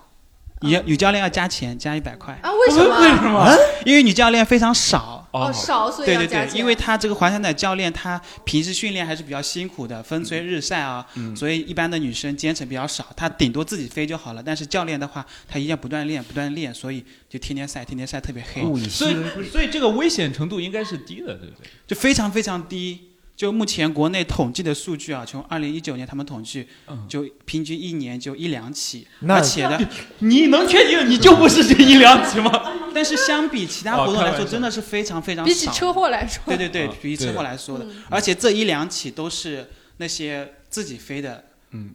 也女教练要加钱，加一百块。
啊？为什么？
为什么？因为女教练非常少。
哦少所以
对
要
对
加
对，
钱
因为她这个滑翔伞教练，她平时训练还是比较辛苦的，风吹日晒啊，所以一般的女生坚持比较少，她顶多自己飞就好了。但是教练的话，她一定要不断练，不断练，所以就天天晒，天天晒，特别黑。
所以所以这个危险程度应该是低的，对不对？
就非常非常低。就目前国内统计的数据啊，从二零一九年他们统计，
嗯
就平均一年就一两起，
那
而且呢，
你能确定你就不是这一两起吗？
但是相比其他
哦
活动
开
来
玩
说，
笑
真的是非常非常
比起
少
车祸来说，
对对对
啊，
比起车祸
对
来说的
嗯，
而且这一两起都是那些自己飞的，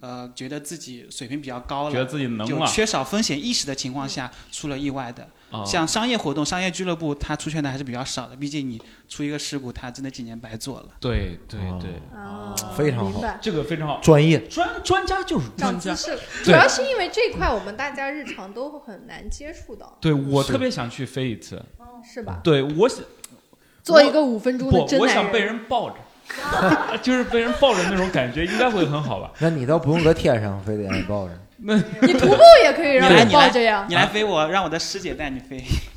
呃，觉得自己水平比较高了，
嗯觉得自己能
就
了
缺少风险意识的情况下出了意外的
哦。
像商业活动、商业俱乐部，它出现的还是比较少的，毕竟你出一个事故，它真的几年白做了。
对对对，
哦
非常好明白
这个哦非常好，
专业
专专家就是专
长
家
姿势，，主
对
要是因为这一块我们大家日常都很难接触到，
对我特别想去飞一次，
是吧？
对我想
做一个五分钟的
不，
真
我
男
想被人抱着，就是被人抱着那种感觉，应该会很好吧？
那你倒不用搁天上，非得让你抱着。
你徒步也可以
你
让
来，
人
你
抱着呀
来，。你来飞我，让我的师姐带你飞。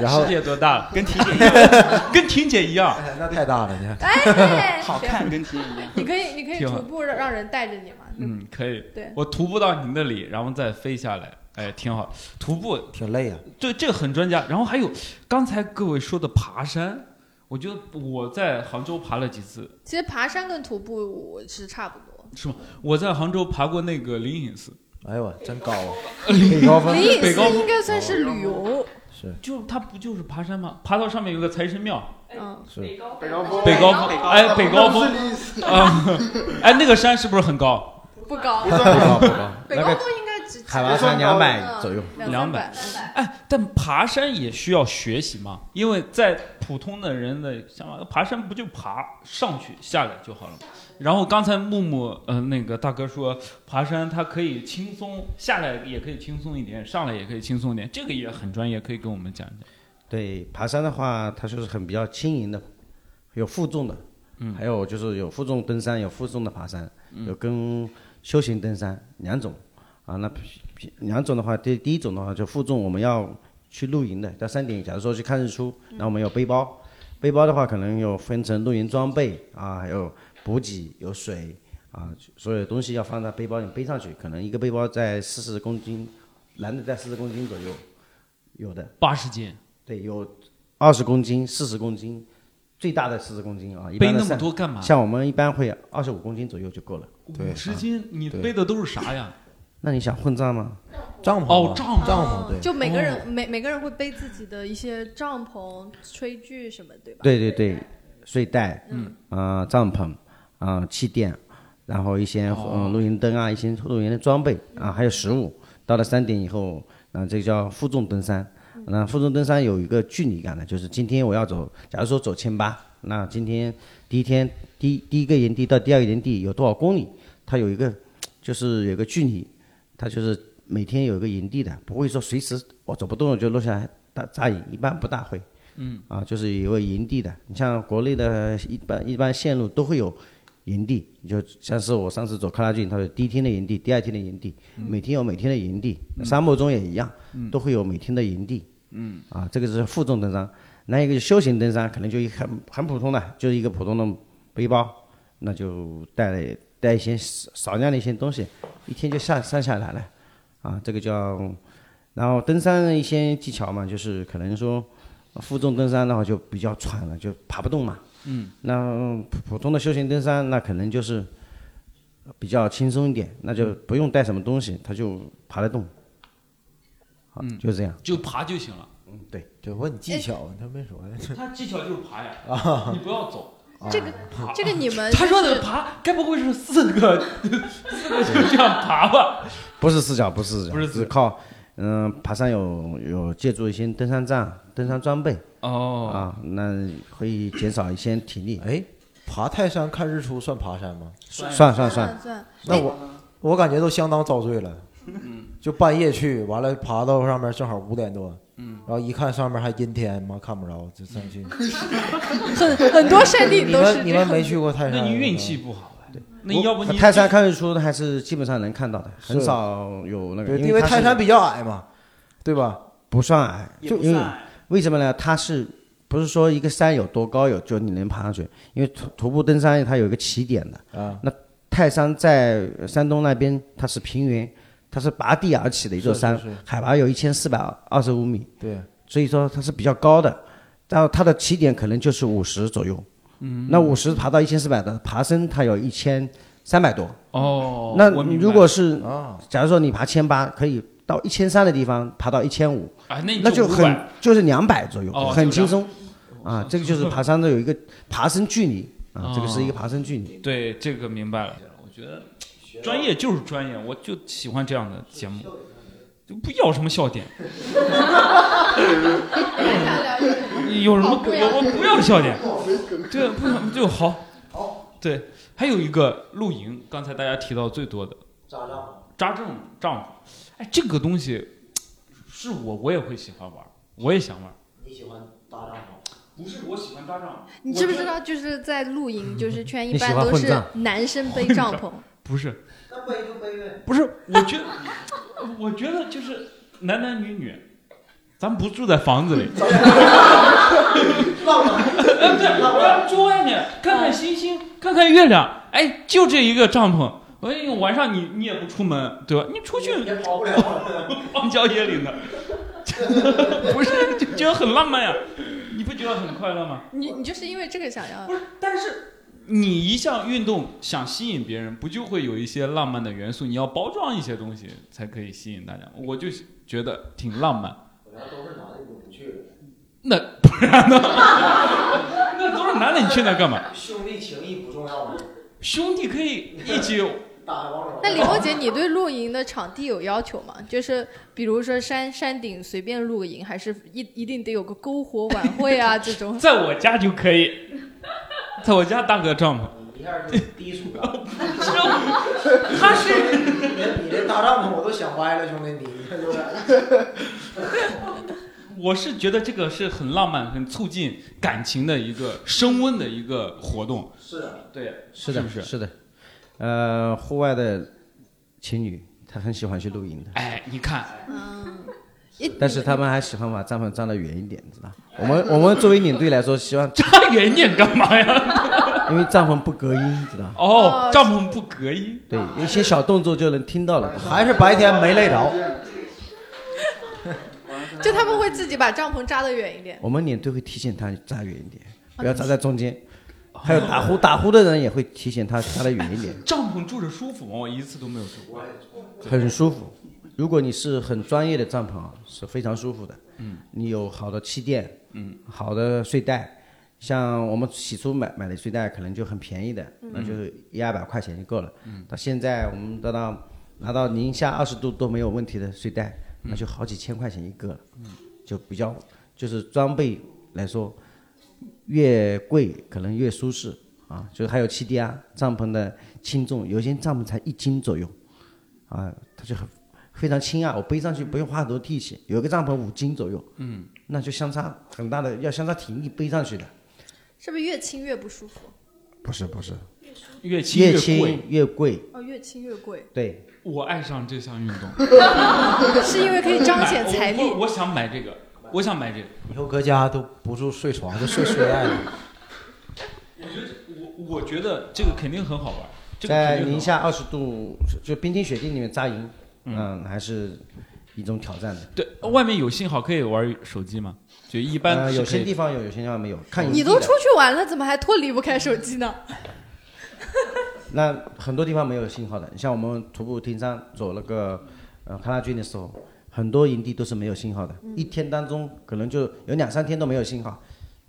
然后
师姐多大了？
跟 婷姐一样，
跟婷姐一样，
那太大了，你
哎，
好看，跟婷姐一样。
你可以，你可以
挺好
徒步让让人带着你嘛。
嗯，可以。
对
我徒步到你那里，然后再飞下来，哎，挺好。徒步
挺累啊。
对，这个很专家。然后还有刚才各位说的爬山，我觉得我在杭州爬了几次，
其实爬山跟徒步是差不多。
是吗？我在杭州爬过那个灵隐寺。
哎呦，真高 啊！北高峰，
灵隐
北高
寺应该算是旅游，
是
就它不就是爬山吗？爬到上面有个财神庙，
嗯，
是
北高峰，
北高峰，哎，北高峰啊，哎，那个山是不是很高？
不高，
不高不高
北
那
高
个
峰应该只
海拔山200左右
两
200哎，但爬山也需要学习嘛，因为在普通的人的想法，爬山不就爬上去下来就好了嘛。然后刚才木木，呃，那个大哥说，爬山他可以轻松下来，也可以轻松一点，上来也可以轻松一点，这个也很专业，可以跟我们讲一讲。
对，爬山的话，它就是很比较轻盈的，有负重的，
嗯
还有就是有负重登山，有负重的爬山，
嗯
有跟休闲登山两种啊。那两种的话，第第一种的话就负重，我们要去露营的，到山顶，假如说去看日出，
嗯
那我们有背包，背包的话可能有分成露营装备啊，还有补给，有水啊，所有东西要放在背包里背上去，可能一个背包在四十公斤，男的在四十公斤左右，有的
八十斤，
对，有二十公斤、四十公斤，最大的四十公斤啊。一般的
背那么
像
多干嘛
像我们一般会二十五公斤左右就够了。啊
五十斤，你背的都是啥呀？
那你想混账吗？
帐
哦，帐篷，
就每个
哦
人每每个人会背自己的一些帐篷、炊具什么，对吧？
对对对，睡袋，
嗯，
啊、帐篷，啊、气垫，然后一些嗯、
哦
露营灯啊，一些露营的装备啊，还有食物。到了山顶以后，啊，这个叫负
嗯
重登山。那负重登山有一个距离感的，就是今天我要走，假如说走千八，那今天第一天第一第一个营地到第二个营地有多少公里？它有一个就是有个距离，它就是每天有一个营地的，不会说随时我走不动了就落下来搭扎营，一般不大会。
嗯
啊，就是有个营地的。你像国内的一般一般线路都会有营地，就像是我上次走喀拉峻，它有第一天的营地，第二天的营地，每天有每天的营地。
嗯
沙漠中也一样，
嗯
都会有每天的营地。
嗯
啊，这个是负重登山。那一个是休闲登山，可能就一很很普通的，就是一个普通的背包，那就带了带一些少少量的一些东西，一天就下山下来了，啊，这个叫，然后登山的一些技巧嘛，就是可能说负重登山的话就比较喘了，就爬不动嘛。
嗯
那普普通的休闲登山，那可能就是比较轻松一点，那就不用带什么东西，它就爬得动。好，就这样。
就爬就行了。
嗯，对，
就问你技巧，他没说呀。
他技巧就是爬呀
啊，
你不要走。
啊
哎
这个
爬
这个你们
他说
就
的
是
爬，该不会是四个 四个就这样爬吧？
不是四角，不是四角，
不是
只靠嗯、爬山有有借助一些登山杖、登山装备
哦
啊，那会减少一些体力。
哎，爬泰山看日出算爬山吗？
算算算算
算算哎
那我我感觉都相当遭罪了，
嗯
就半夜去，完了爬到上面正好五点多，
嗯
然后一看上面还阴天，妈看不着，就上去。
很很多山顶都是
你们你们
这样
没
子
去过泰山？
那你运气不
啊
好呗。那你要不你
泰山看日出还是基本上能看到的，
是
很少有那个，
对，因为
它是
泰山比较矮嘛，对吧？
不算矮，
也
就
不
因为
算
为什么呢？它是不是说一个山有多高有就你能爬上去？因为徒徒步登山它有一个起点的
啊。
那泰山在山东那边，它是平原，它是拔地而起的一座
是是
山，
是
海拔有一千四百二十五米。
对，
所以说它是比较高的，然后它的起点可能就是五十左右。
嗯
那五十爬到一千四百的爬升，它有一千三百多。
哦，
那
我明白
如果是
啊，
假如说你爬千八，可以到一千三的地方爬到一千五，
啊那你就
就很
500
就是两百左右，
哦
很轻
就200
松啊。这个就是爬山的有一个爬升距离啊，这个是一个
哦
爬升距离。
对这个明白了，我觉得专业就是专业，我就喜欢这样的节目，就不要什么 笑点， 有什么有我不要笑点，对，不想就好。对，还有一个露营，刚才大家提到最多的
扎帐，
扎帐帐篷，哎，这个东西是我我也会喜欢玩，我也想玩。
你喜欢搭帐篷？
不是我喜欢搭帐篷，
你知不知道，就是在露营就是圈一
你喜
般
欢
都
混
是
帐
男生背
混
帐
帐
篷，
不是，
那背就背呗。
不是，我觉得，我觉得就是 男男女女，咱不住在房子里，
浪漫，
哎对，咱住外面看看星星，看看月亮，哎，就这一个帐篷。哎呦，晚上你你也不出门， 对吧？你出去也
跑不了，
荒郊野岭的，不是就觉得很浪漫呀？你不觉得很快乐吗？
你你就是因为这个想要，
但是你一项运动想吸引别人，不就会有一些浪漫的元素？你要包装一些东西才可以吸引大家。我就觉得挺浪漫。那不然呢？ 那都是男的，你去那干嘛？
兄弟情谊不重要吗？
兄弟可以一起。
那李梦洁，你对露营的场地有要求吗？就是比如说山山顶随便露个营，还是一一定得有个篝火晚会啊这 种？
在我家就可以，在我家搭个帐篷。
一下就低俗了。
他是
你这搭帐篷我都想歪了，兄弟，你这有点。
我是觉得这个是很浪漫、很促进感情的一个升温的一个活动。
是的，
对，
是
是
的，
不是？
的。呃，户外的情侣，他很喜欢去露营的。
哎，你看，
嗯，
但是他们还喜欢把帐篷站得远一点，知道吗？我们 我们作为领队来说，希望
站远一点干嘛 呀？
因为帐篷不隔音，知道吗？
哦，帐篷不隔音。
对，有一些小动作就能听到了。
还是白天没累着。
就他们会自己把帐篷扎得远一点。
我们领队会提醒他站远一点，不要站在中间。还有打呼打呼的人也会提醒他站得远一点，
帐篷住着舒服吗？我一次都没有住过。
很舒服。如果你是很专业的帐篷啊，是非常舒服的。
嗯，
你有好的气垫，
嗯，
好的睡袋，像我们起初买买的睡袋可能就很便宜的，
嗯
那就是一二百块钱就够了。
嗯
到现在我们得到拿到零下二十度都没有问题的睡袋，那就好几千块钱一个了，就比较就是装备来说，越贵可能越舒适啊，就是还有气垫啊，帐篷的轻重，有些帐篷才一斤左右，啊，它就很非常轻啊，我背上去不用花很多力气，有个帐篷五斤左右，
嗯，
那就相差很大的，要相差挺力背上去的，
是不是越轻越不舒服？
不是不是，
越轻
越
贵
轻越贵，
哦，越轻越贵。，
对，
我爱上这项运动
是因为可以彰显财力
我我我想买这个，我想买这个。
以后搁家都不住睡床，就睡睡袋里。
我我觉得这个肯定很好玩。这个肯
在
定很
零
好
下二十度，就冰天雪地里面扎营，嗯，还是一种挑战的。
对，外面有信号可以玩手机吗？就一般、
呃有些地方有，有些地方没有，看营
你
地
都
的
出去玩了，怎么还脱离不开手机呢？
那很多地方没有信号的，像我们徒步登山走那个呃喀拉峻的时候，很多营地都是没有信号的，
嗯
一天当中可能就有两三天都没有信号，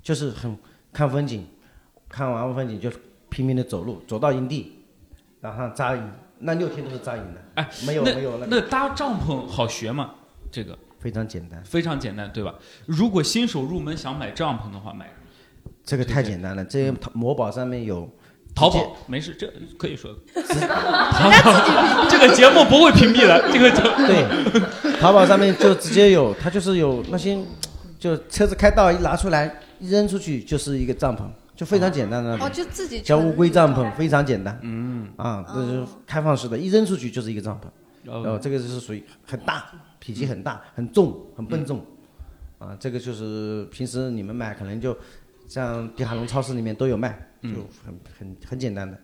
就是很看风景，看完风景就拼命的走路，走到营地，然后扎营，那六天都是扎营的，
哎，
没有
那
没有
那
那个
搭帐篷好学吗？这个
非常简单，
非常简单，对吧？如果新手入门想买帐篷的话，买什么
这个太简单了，这个某宝上面有
嗯淘
直接
宝没事，这可以说。
己
这个节目不会屏蔽 的，这个就
对，淘宝上面就直接有，它就是有那些，就车子开到一拿出来一扔出去就是一个帐篷，就非常简单的那种。
哦就自己
叫
成
乌龟帐篷，非常简单。
嗯
啊，这是开放式的，一扔出去就是一个帐篷。
哦
然后这个就是属于很大，体积很大，很重，很笨重。
嗯
啊，这个就是平时你们买可能就像迪卡侬超市里面都有卖，就
嗯
很很很简单的。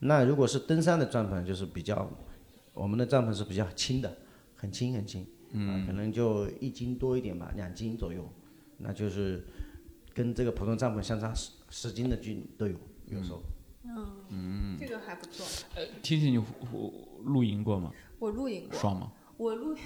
那如果是登山的帐篷，就是比较我们的帐篷是比较轻的，很轻很轻，嗯，可能就一斤多一点吧，两斤左右，那就是跟这个普通帐篷相差十十斤的距离都有，有时候。
嗯，
嗯
这个还不错。
听听你我露营过吗？
我露营过
爽吗？
我露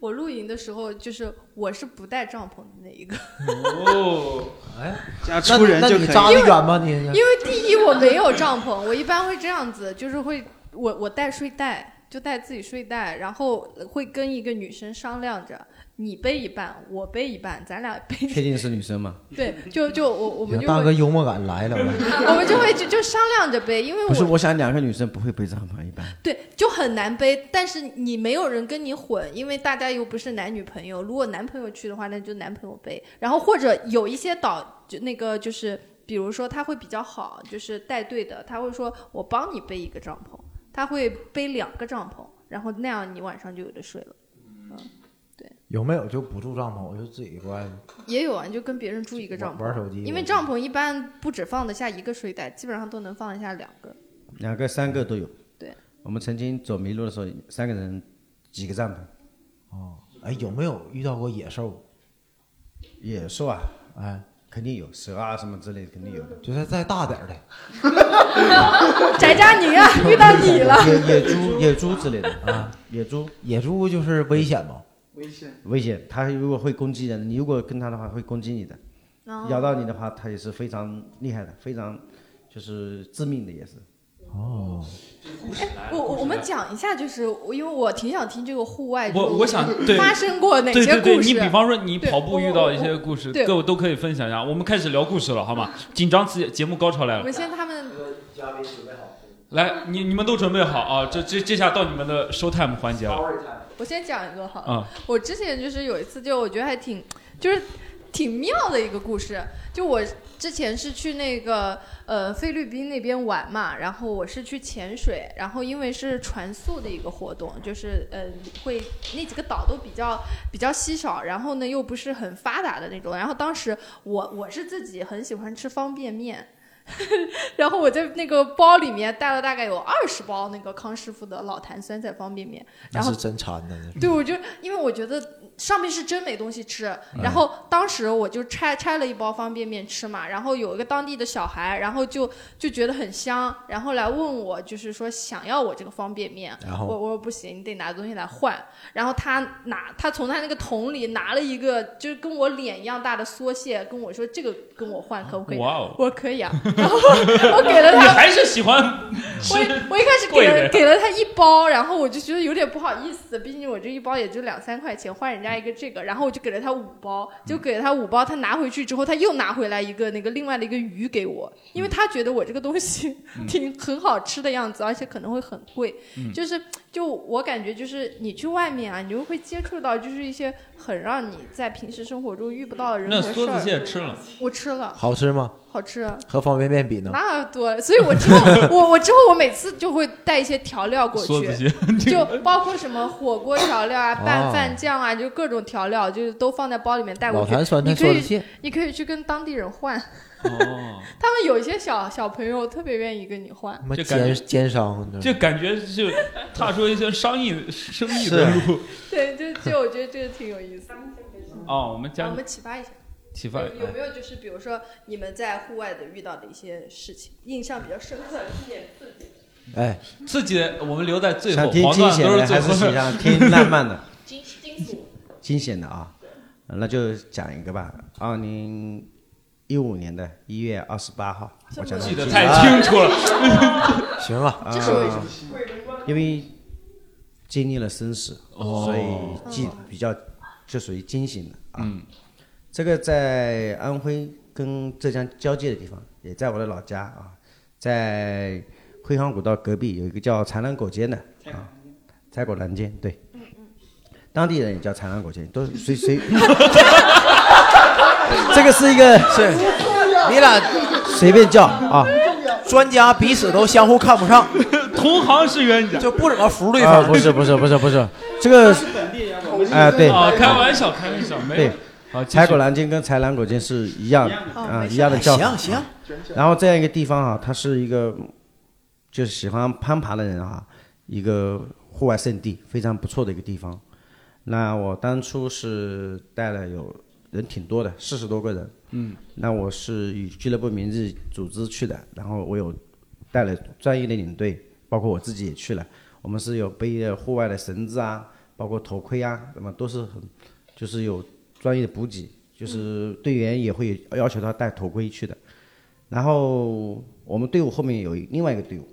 我露营的时候，就是我是不带帐篷的 那一个，
哦，
哎，
家出人
那
就
那你
可以
扎得
因为
远吗？你
啊
因为第一我没有帐篷，我一般会这样子，就是会我我带睡袋，就带自己睡袋，然后呃会跟一个女生商量着，你背一半，我背一半，咱俩背。
确定是女生吗？
对，就就我我们就
大
会
哥幽默感来 了，
我们就会就就商量着背，因为
不是，
我
我想两个女生不会背帐篷，一般。
对，就很难背，但是你没有人跟你混，因为大家又不是男女朋友。如果男朋友去的话，那就男朋友背。然后或者有一些导就那个就是，比如说他会比较好，就是带队的，他会说我帮你背一个帐篷，他会背两个帐篷，然后那样你晚上就有的睡了。嗯，
有没有就不住帐篷，我就自己过来。
也有啊，你就跟别人住一个帐篷，
玩玩手机
因为帐篷一般不只放得下一个睡袋，基本上都能放得下两个。
两个、三个都有。
对，
我们曾经走迷路的时候，三个人几个帐篷。
哦，哎，有没有遇到过野兽？
野兽啊，
哎，
肯定有蛇啊什么之类的，肯定有的。
就是再大 点儿的，
翟佳宁啊，遇到你了。
野野猪、野猪之类的啊，野猪，
野猪就是危险吗？
危险。
危险，它如果会攻击人，你如果跟它的话会攻击你的，
嗯
哦
咬到你的话，它也是非常厉害的，非常就是致命的也是。
哦，
哎我我我们讲一下，就是我因为我挺想听这个户外，
我
就是
我想对
发生过哪
对
些
对
故
对，
事？
你比方说你
对
跑步
我
遇到一些故事，
对
各位都可以分享一下。我们开始聊故事了，好吗？紧张节节目高潮来
我
了
们，先他们
嘉宾准备好。
来，你你们都准备好啊？这这这下到你们的 show time 环节了
我先讲一个好了。
啊！
我之前就是有一次，就我觉得还挺，就是挺妙的一个故事。就我之前是去那个呃菲律宾那边玩嘛，然后我是去潜水，然后因为是船宿的一个活动，就是呃会那几个岛都比较比较稀少，然后呢又不是很发达的那种。然后当时我我是自己很喜欢吃方便面。 然后我在那个包里面带了大概有二十包那个康师傅的老坛酸菜方便面，
那
然后
是真馋的。
对，我就因为我觉得上面是真没东西吃，然后当时我就拆拆了一包方便面吃嘛，然后有一个当地的小孩，然后就就觉得很香，然后来问我，就是说想要我这个方便面，
然后
我我说不行，你得拿东西来换，然后他拿他从他那个桶里拿了一个就是跟我脸一样大的梭蟹，跟我说这个跟我换可不可以？
哇哦
我说可以啊，然后 我给了他，
你还是喜欢
我一 我一开始给
贵的
了
呀
给了他一包，然后我就觉得有点不好意思，毕竟我这一包也就两三块钱，换人家一个这个，然后我就给了他五包，就给了他五包，他拿回去之后，他又拿回来一个那个另外的一个鱼给我，因为他觉得我这个东西
嗯
挺很好吃的样子，而且可能会很贵，
嗯
就是就我感觉就是你去外面啊，你就会接触到就是一些很让你在平时生活中遇不到的人
那
和
梭
事
子
儿。
蟹吃了，
我吃了，
好吃吗？
好吃啊。
和方便面比呢？
那多，所以我之后 我我之后我每次就会带一些调料过
梭子
去，就包括什么火锅调料啊、
哦
拌饭酱啊，就各种调料，就是都放在包里面带过去。
老坛酸菜
你可
梭子蟹
以你可以去跟当地人换，
哦
他们有一些小小朋友特别愿意跟你换
他。妈
就感觉
奸奸商，
就感觉就踏出一些商业生意
是
的路。
对，就就我觉得这个挺有意思。
哦，我们
啊
家
我们启发一下。
启发哎
有有没有就是比如说你们在户外的遇到的一些事情，印象比较深刻的？
哎，
自己的我们留在最后，
想听
黄
惊
段
险
都
的
最
还
后
是想听浪漫的？
惊惊喜。
惊险的啊，那就讲一个吧。二零一五年的一月二十八号，我讲
记得太清楚了
行了
这是为什么
因为经历了生死，
哦
所以记比较就属于惊醒的啊。这个在安徽跟浙江交界的地方，也在我的老家啊，在徽杭古道隔壁有一个叫长南狗街的啊，菜果南街，对，当地人也叫长南狗街，都是谁谁。 这个是一个
是，你俩
随便叫啊，
专家彼此都相互看不上，
同行是冤家，
就不怎么服对
啊
方。
不是不是不是不是，这个是哎对
啊，开玩笑，开玩笑，没有
对，柴狗南京跟柴南狗京是一样
的
啊，
哦没事
一样的叫法。
行行
啊然后这样一个地方啊，它是一个就是喜欢攀爬的人啊，一个户外圣地，非常不错的一个地方。那我当初是带了有人挺多的，四十多个人。
嗯，
那我是以俱乐部名字组织去的，然后我有带了专业的领队，包括我自己也去了。我们是有背着户外的绳子啊，包括头盔啊，那么都是很，就是有专业的补给，就是队员也会要求他戴头盔去的。然后我们队伍后面有一另外一个队伍，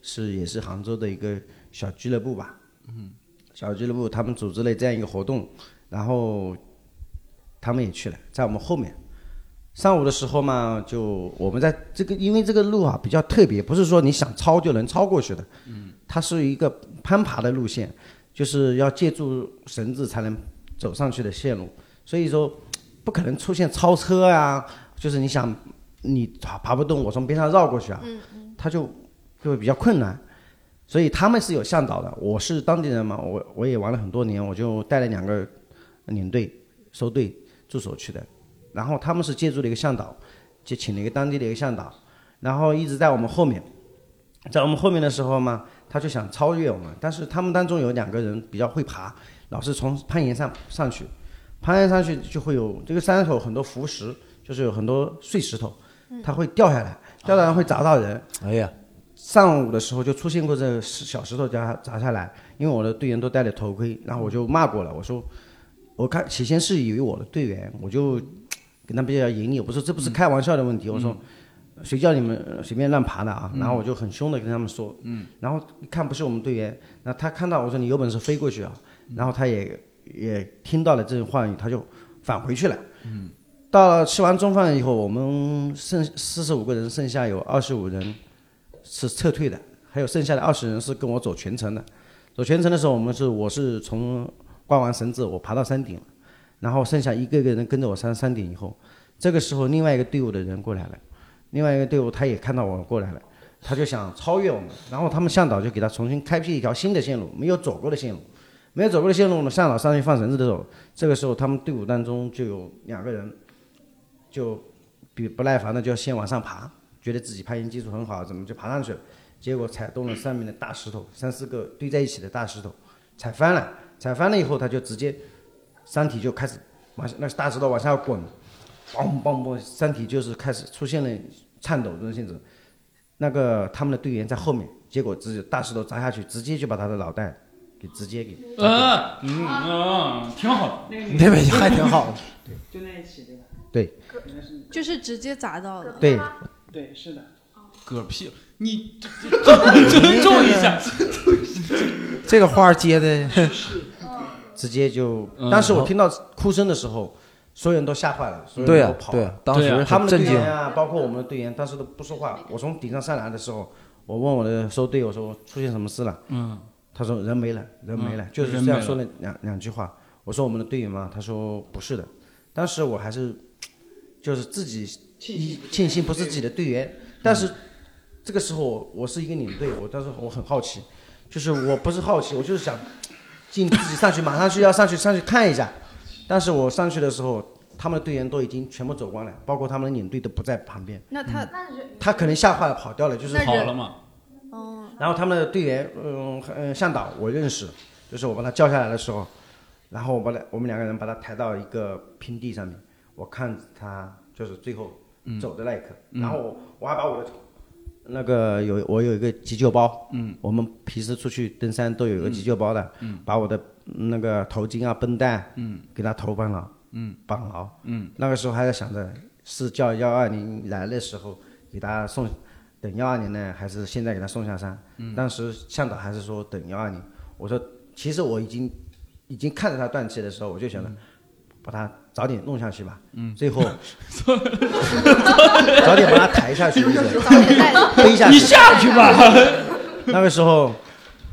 是也是杭州的一个小俱乐部吧，
嗯，
小俱乐部他们组织了这样一个活动，然后他们也去了，在我们后面。上午的时候嘛，就我们在这个，因为这个路啊比较特别，不是说你想超就能超过去的，嗯，它是一个攀爬的路线，就是要借助绳子才能走上去的线路，所以说不可能出现超车啊，就是你想你爬爬不动，我从边上绕过去啊，
嗯
他就就会比较困难。所以他们是有向导的，我是当地人嘛，我我也玩了很多年，我就带了两个领队、收队助手去的，然后他们是借助了一个向导，就请了一个当地的一个向导，然后一直在我们后面，在我们后面的时候嘛，他就想超越我们，但是他们当中有两个人比较会爬，老是从攀岩上上去，攀岩上去就会有这个山头很多浮石，就是有很多碎石头，
嗯
嗯
它会掉下来，掉下来会砸到人。
哎呀，
上午的时候就出现过这个石小石头砸砸下来，因为我的队员都戴了头盔，然后我就骂过了，我说，我看起先是以为我的队员，我就跟他比较严厉，我说这不
嗯
是开玩笑的问题，我说谁叫你们呃随便乱爬的啊？
嗯
然后我就很凶的跟他们说，
嗯，
然后一看不是我们队员，那他看到我说你有本事飞过去啊，然后他也也听到了这种话语，他就返回去了。
嗯，
到了吃完中饭以后，我们剩四十五个人，剩下有二十五人是撤退的，还有剩下的二十人是跟我走全程的。走全程的时候，我们是我是从挂完绳子，我爬到山顶了，然后剩下一个一个人跟着我上山顶以后，这个时候另外一个队伍的人过来了，另外一个队伍他也看到我过来了，他就想超越我们，然后他们向导就给他重新开辟一条新的线路，没有走过的线路。没有走过的线路，我们向导上去放绳子的时候，这个时候他们队伍当中就有两个人就比不耐烦的就要先往上爬，觉得自己攀岩技术很好，怎么就爬上去了？结果踩动了上面的大石头，三四个堆在一起的大石头，踩翻了，踩翻了以后，他就直接山体就开始往下那个大石头往下滚，梆梆梆，山体就是开始出现了颤抖这种性质。那个他们的队员在后面，结果直接大石头砸下去，直接就把他的脑袋给直接给砸断了。
嗯嗯嗯，挺好的，
你这边还挺好的
就在一起对吧？
对
可能是
就是直接砸到了。
对，
对，是的。
嗝屁！你 尊重一下，
这个花接的，
哦
直接就嗯。当时我听到哭声的时候，所有人都吓坏了，所有
对
人
啊
都跑
对
了
啊。当时很
他们的
震
队
惊
员啊，包括我们的队员，当时都不说话。我从顶上上来的时候，我问我的收队，我说出现什么事了？
嗯，
他说人没了，人没了，
嗯
就是
人
这样
没
说
了
了两两句话。我说我们的队员吗？他说不是的。当时我还是就是自己一庆幸不是自己的队员，但是这个时候我我是一个领队，我当时我很好奇，就是我不是好奇，我就是想尽自己上去，马上就要上去上去看一下。但是我上去的时候，他们的队员都已经全部走光了，包括他们的领队都不在旁边，
那他
他可能吓坏了跑掉了，就是
那人跑了
嘛。
哦，
然嗯后他们的队员，嗯嗯，向导我认识，就是我把他叫下来的时候，然后我把他我们两个人把他抬到一个平地上面，我看他就是最后
嗯
走的那一刻，
嗯
然后我我还把我的那个有我有一个急救包，嗯，我们平时出去登山都有一个急救包的，
嗯嗯
把我的那个头巾啊绷带，
嗯，
给他头绑牢，
嗯，
绑牢，
嗯，
那个时候还在想着是叫幺二零来的时候给他送，等幺二零呢，还是现在给他送下山？
嗯
当时向导还是说等幺二零，我说其实我已经已经看着他断气的时候，我就想着把他早点弄下去吧，
嗯
最后 早点把他抬下去，就是背下去，
你下去吧。
那个时候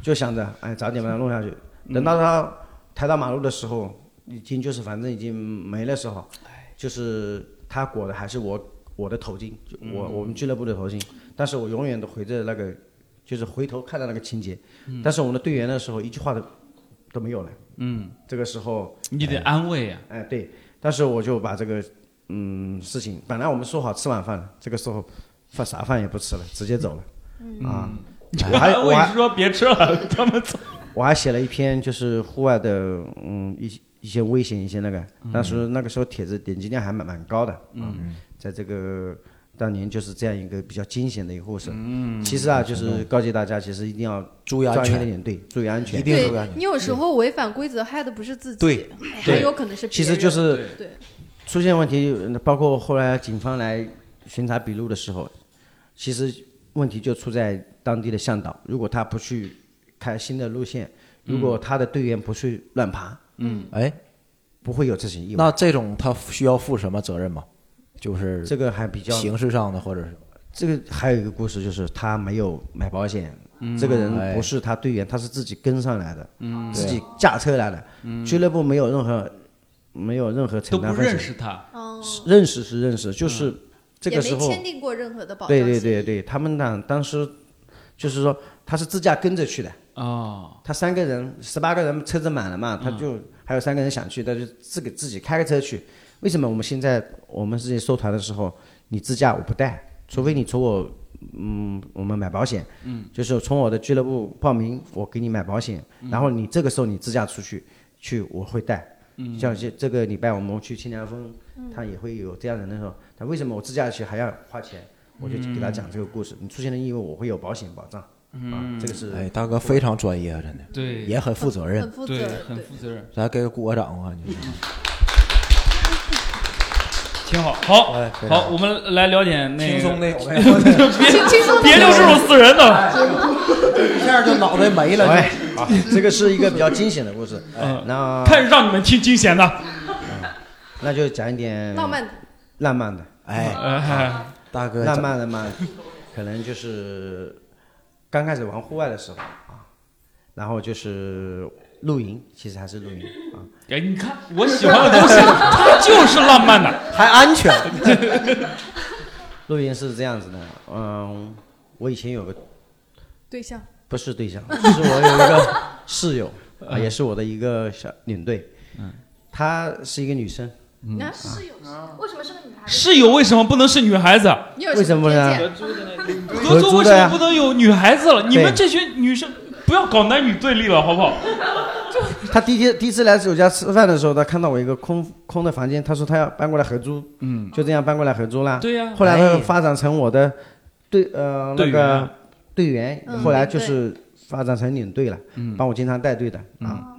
就想着，哎，早点把它弄下去。
嗯
等到他抬到马路的时候，已经就是反正已经没了时候，
哎
就是他裹的还是我我的头巾，就我
嗯
我们俱乐部的头巾。但是我永远都回着那个，就是回头看到那个情节。但是我们的队员那时候一句话都都没有了。
嗯，
这个时候
你得安慰啊呀、
哎，对，但是我就把这个嗯事情，本来我们说好吃晚饭的，这个时候饭啥饭也不吃了，直接走了。
嗯
啊，
我
我还我
也
还
是说别吃了， 他们走。
我还写了一篇就是户外的嗯一些一些危险一些那个
嗯，
当时那个时候帖子点击量还蛮蛮高的。啊
嗯，
在这个当年就是这样一个比较惊险的一个故事。
嗯
其实啊，就是告诫大家，其实一定要
注意安
专业
全
的领队，注意安全，
对你有时候违反规则害的不是自己，
对，
还
对，
有可能是别
其实
人
就是
对，
出现问题，包括后来警方来巡查笔录的时候，其实问题就出在当地的向导，如果他不去开新的路线，
嗯
如果他的队员不去乱爬，
嗯，哎，
不会有这些意外。
那这种他需要负什么责任吗？就是
这个还比较
形式上的，或者是
这个还有一个故事就是他没有买保险，
嗯
这个人不是他队员，他是自己跟上来的，
嗯
自己驾车来的，
嗯
俱乐部没有任何没有任何承担
都不
风险
认识他嗯
哦
是认识是认识，就是这
也
个
没
时候
签订过任何的保障
对
协议。
对对对，他们呢当时就是说他是自驾跟着去的，
哦，
他三个人十八个人车子满了嘛，他就、还有三个人想去，他就自己自己开个车去。为什么我们现在我们自己收团的时候，你自驾我不带，除非你从我嗯我们买保险，
嗯，
就是从我的俱乐部报名，我给你买保险，
嗯
然后你这个时候你自驾出去去我会带。
嗯
像这这个礼拜我们去清凉峰
嗯，
他也会有这样的那种。他为什么我自驾去还要花钱？我就给他讲这个故事。你出现了意外，我会有保险保障。
嗯
啊，这个是
哎，大哥非常专业，啊，真的，
对
也很负责任，
很负责
对
任，
很负责任，
咱给个鼓个掌啊！你
挺好。好，
哎
非常
好，我们来聊点那个
轻松的我
别
轻轻松的
别六十五死人
哎
的。
一下就脑袋没了就
哎，好这个是一个比较惊险的故事。
嗯，
那嗯
看让你们听惊险的，
那就讲一点
浪漫的
浪漫的。
哎，
大哥
浪漫的嘛，可能就是刚开始玩户外的时候啊，然后就是露营，其实还是露营啊。
哎，你看我喜欢的东西，它就是浪漫的，
还安全。露营是这样子的，嗯，我以前有个
对象
不是对象，是我有一个室友啊，也是我的一个小领队，
嗯，
她是一个女生，
你看室友为什么是个女孩？
室友为什么不能是女孩子？啊
你有
为什么不能啊
偏见
合
合
作
租
为
的呀
什么不能有女孩子了？你们
对
这群女生不要搞男女对立了，好 不好？
她第一天第一次来我家吃饭的时候，她看到我一个空空的房间，她说她要搬过来合租，
嗯，
就这样搬过来合租啦。
对呀
后来
哎
她发展成我的队呃
队
那
员
个队员
嗯，
后来就是发展成领队了，帮我经常带队的
嗯
啊。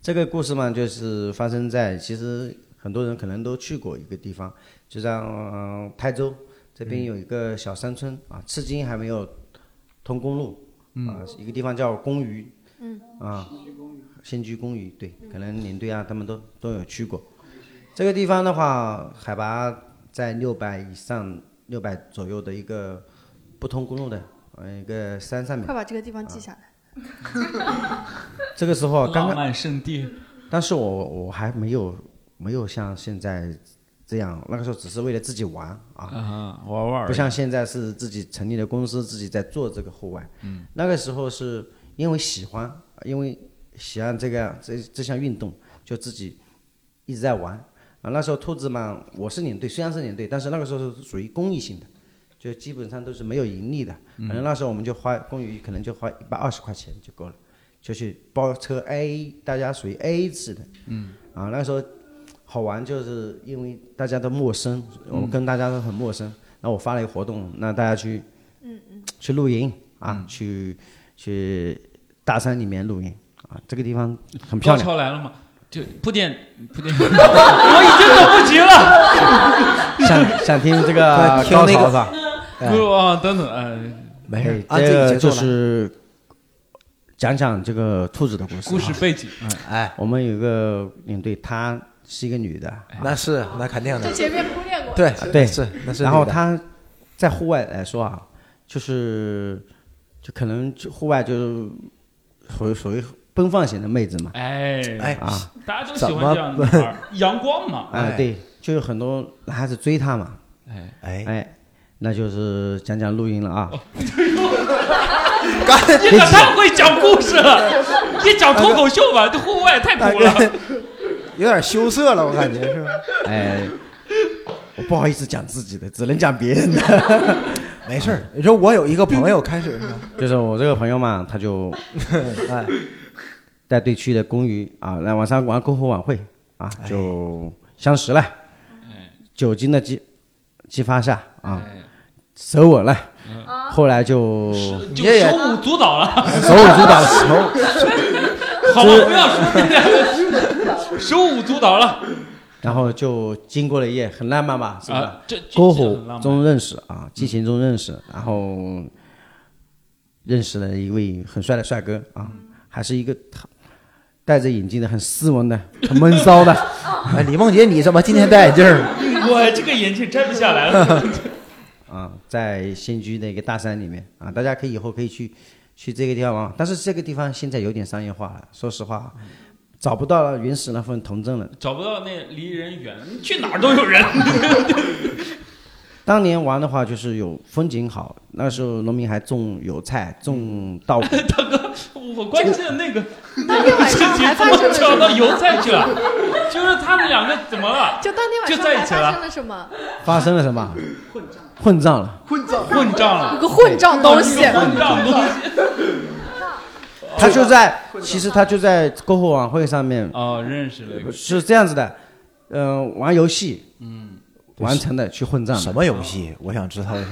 这个故事嘛，就是发生在其实很多人可能都去过一个地方，就像、呃台州，这
嗯
边有一个小山村啊，至今还没有通公路
嗯
啊，一个地方叫公余
嗯
啊，仙居公余，对，可能您对啊，他们都都有去过。这个地方的话，海拔在六百以上、六百左右的一个不通公路的呃一个山上面
快。把这个地方记下来。
嗯这个时候啊刚刚
浪漫圣地，
但是我我还没有没有像现在这样，那个时候只是为了自己玩啊，
啊玩玩而已
不像现在是自己成立了公司，自己在做这个户外。
嗯，
那个时候是因为喜欢，因为喜欢这个这这项运动，就自己一直在玩。啊，那时候兔子嘛，我是领队，虽然是领队，但是那个时候是属于公益性的，就基本上都是没有盈利的。
嗯
反正那时候我们就花公益，可能就花一百二十块钱就够了，就去包车 A，大家属于 A 制的。
嗯
啊，那时候好玩，就是因为大家都陌生，我
嗯
跟大家都很陌生。那我发了一个活动，让大家去
嗯嗯，
去露营啊，
嗯
去去大山里面露营啊，这个地方很漂
高
亮。
潮来了吗？就铺垫 铺垫，我已经等不及了。
想想听这 个
听
高
那个
潮是吧？哎
不啊，等等，哎，
没事，
按
这
自己
个呃
节奏
就
来
是讲讲这个兔子的故事啊。
故事背景
哎，我们有一个领队，她是一个女的，啊
那是啊那肯定的
这前面铺垫过
对
对
是那是
然后
女的
她在户外来说啊，就是就可能就户外就是属于属于奔放型的妹子嘛。
哎
啊，
大家都
怎
喜
么
欢这样的女孩儿，阳光嘛。
哎，对，就有很多男孩子追她嘛。
哎
哎那就是讲讲露营了
哦
啊。
你可太会讲故 事了，你讲脱口秀吧，这户外太苦了。
有点羞涩了，我感觉是吧？
哎，我不好意思讲自己的，只能讲别人的。
没事儿，你说我有一个朋友开始呢，
就是我这个朋友嘛，他 就
哎，
带队去的公寓啊，那晚上玩篝火晚会啊，
哎
就相识了，酒精的激激发下啊，
哎
舌吻了，后来就
嗯就手舞足蹈了，
手舞足蹈了手
好了，不要说别的， 手舞足蹈了。
然后就经过了一夜，很浪漫吧？是
啊
吧
这？这
篝
这很浪
火
漫嗯
中认识啊，激情中认识，然后认识了一位很帅的帅哥
嗯
啊，还是一个他戴着眼镜的，很斯文 的，很闷骚的。
啊
哎，李梦洁，你怎么今天戴眼镜 儿？
我这个眼镜摘不下来了。
啊，在仙居的一个大山里面啊，大家可以以后可以去去这个地方玩，但是这个地方现在有点商业化了，说实话，
嗯
找不到原始那份童真了。
找不到那离人远，你去哪儿都有人。
当年玩的话，就是有风景好，那时候农民还种油菜、
嗯
种稻 谷。
我关键那个那
天
个
晚
事
上
情
还
怎
发生
么
了什么
扯到油菜去了？就是他们两个怎么了？
就当天晚
就
上
在一
还
起
发
了
生，了什么？
发生了什么？混账了！
混账
混账了，
有个混账东西，
有个混账东西。
他就在，其实他就在篝火晚会上面
哦，认识了一个
是这样子的，嗯，玩游戏
嗯，
完成的去混账。
什么游戏？我想知道一下。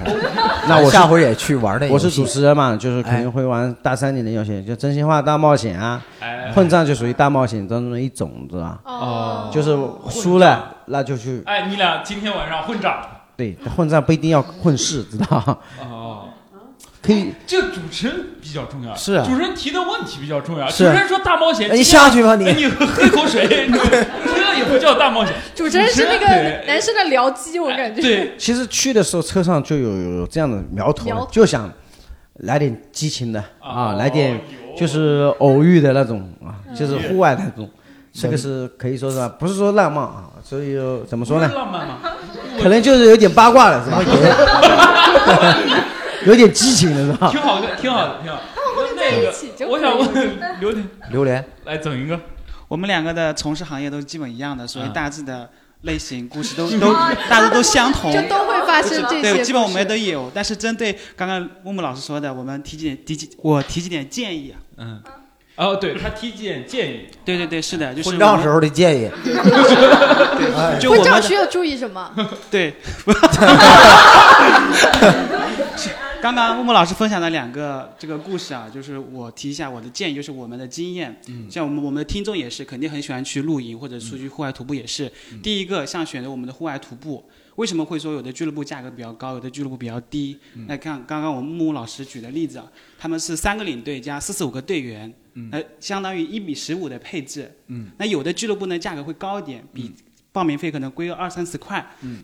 那我是
下回也去玩那游戏。
我是主持人嘛，就是肯
哎
定会玩大山里的游戏，就真心话大冒险啊
哎，
混账就属于大冒险当中的一种，知道吧？
哦
就是输了那就去
哎，你俩今天晚上混账
对混账不一定要混世，知道吧？
哦。
可以，
这主持人比较重要，
是啊
主持人提的问题比较重要。
是
主持人说大冒险，
哎
今天
下去吧你
哎你喝口水， 你这个也不叫大冒险。
主持人是那个
对
男生的僚机，我感觉。，
其实去的时候车上就有有有这样的苗头
苗
了
头，
就想来点激情的
哦
啊，来点就是偶遇的那种啊，
嗯
就是户外那种。这
嗯
个是可以说是吧？不是说浪漫啊，所以有怎么说呢
不是？浪漫吗？
可能就是有点八卦了， 是吧？ 有点 激情了，是吧？
挺好的，挺好的，挺好的。
在
那
一
个
起就可
我
以
想
了
问刘婷，
榴莲
来整一个，
我们两个的从事行业都基本一样的，所以
嗯
大致的类 型、故事都都
哦
大致都相同，
就都会发生这些
对，基本我
故
们
事
都有。但是针对刚刚木木老师说的，我们提几点提几，我提几点建议啊。
嗯，哦，对他提建建议，
对对对，是的，就是
混账时候的建议。
对， 就我
婚照
们
需要注意什么？
对，刚刚木木老师分享了两个这个故事啊，就是我提一下我的建议，就是我们的经验。
嗯
像我们我们的听众也是，肯定很喜欢去露营或者出去户外徒步也是。
嗯
第一个，像选择我们的户外徒步，为什么会说有的俱乐部价格比较高，有的俱乐部比较低？
嗯
那看刚刚我们木木老师举的例子啊，他们是三个领队加四十五个队员，
嗯
那相当于一比十五的配置。
嗯
那有的俱乐部呢价格会高一点，比报名费可能贵个二三十块。
嗯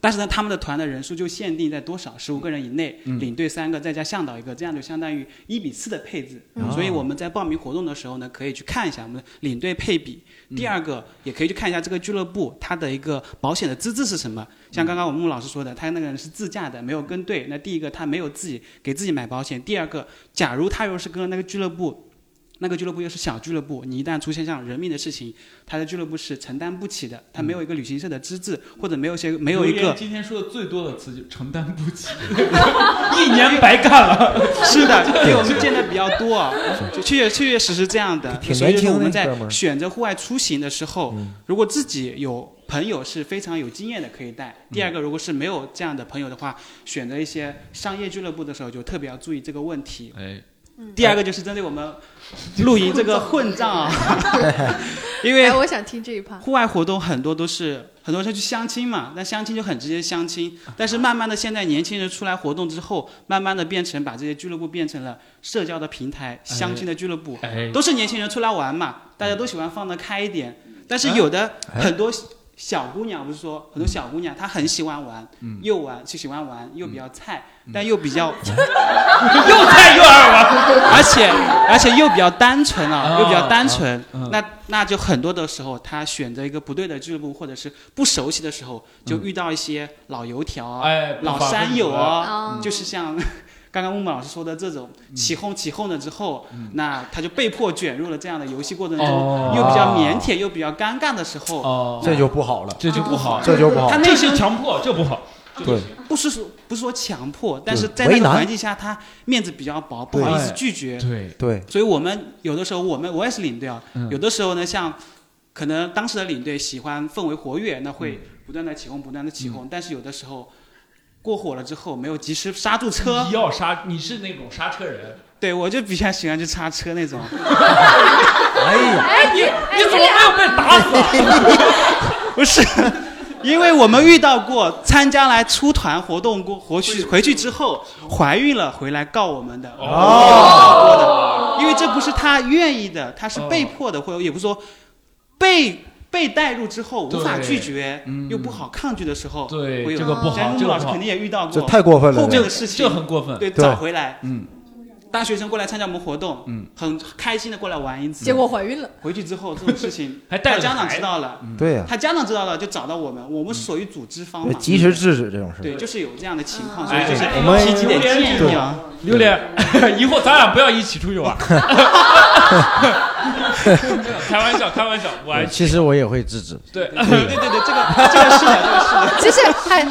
但是呢，他们的团的人数就限定在多少，十五个人以内，
嗯
领队三个，再加向导一个，这样就相当于一比四的配置。
嗯
所以我们在报名活动的时候呢，可以去看一下我们的领队配比。
嗯
第二个，也可以去看一下这个俱乐部它的一个保险的资质是什
嗯
么。像刚刚我们穆老师说的，他那个人是自驾的，没有跟队。那第一个，他没有自己给自己买保险；第二个，假如他又是跟那个俱乐部。那个俱乐部又是小俱乐部，你一旦出现像人命的事情，他的俱乐部是承担不起的，他没有一个旅行社的资质，或者没有一些没有一
留言
个
今天说的最多的词就承担不起， 一年白干了。
是 的，对我们见的比较多啊，就确确确实实是这样的。
挺
所以
年
就是
轻的
我们
那
在
哥们儿嗯
选择户外出行的时候，如果自己有朋友是非常有经验的，可以带。
嗯
第二个，如果是没有这样的朋友的话，选择一些商业俱乐部的时候，就特别要注意这个问题。
哎，
第二个就是针对我们露营这个混账啊，因为
哎，我想听这一趴。
户外活动很多都是很多人去相亲嘛，那相亲就很直接相亲。但是慢慢的，现在年轻人出来活动之后，慢慢的变成把这些俱乐部变成了社交的平台，相亲的俱乐部，
哎
都是年轻人出来玩嘛，大家都喜欢放得开一点。但是有的
哎
很多小姑娘不是说很多小姑娘她很喜欢玩，
嗯
又玩就喜欢玩，又比较菜，但又比较
又菜又爱玩
而且 而且又比较单纯啊，
啊
又比较单纯
啊嗯。
那那就很多的时候，他选择一个不对的俱乐部，或者是不熟悉的时候，就遇到一些老油条啊
嗯哎、
老
不法
山
分
友
子
啊
嗯，
就是像 刚刚木木老师说的这种起哄起哄了之后，
嗯
那他就被迫卷入了这样的游戏过程
哦
中，又比较腼腆又比较尴尬的时候，那
这就不好了，
这就不好
这就不好。
他内
哦这
心
是强迫，这不好。
对，
不是说不是说强迫，但是
对
在那
为
个
难
环境下，他面子比较薄，不好意思
对
拒绝。
对
对，
所以我们有的时候，我们我也是领队啊，
嗯
有的时候呢，像可能当时的领队喜欢氛围活跃，那会
嗯
不断的起哄，不断的起哄，但是有的时候过火了之后没有及时刹住车，
你要刹，你是那种刹车人。
对我就比较喜欢去刹车那种。
哎呀，
哎，你你怎么没有被打死啊？
不是，因为我们遇到过参加来出团活动过，回去回去之后怀孕了回来告我们的，哦，因为这不是他愿意的，他是被迫的，或者也不是说被。被带入之后无法
对嗯
拒绝，又不好抗拒的时候，
对
会有
这个不好
像
这
穆
个
老师
不好
肯定也遇到过，
这太过分了
后面
这
的事情，
这很过分
对，
对
找回来，
嗯，
大学生过来参加我们活动，嗯，很开心的过来玩一次，
结果怀孕了。
回去之后这种事情
还带
他
着
家长
孩嗯
知道了，
对呀
他家长知道了就找到我们，我们属于组织方嘛，
及时制止这种事。
对，就是有这样的情况，
啊
所以
哎
就是
哎我们
提几点
榴莲
建议啊。
榴莲， 以后咱俩不要一起出去玩。开玩笑，开玩笑，我还
其实我也会制止。
对
对对对对，这个这个是的，这个是的。
其实还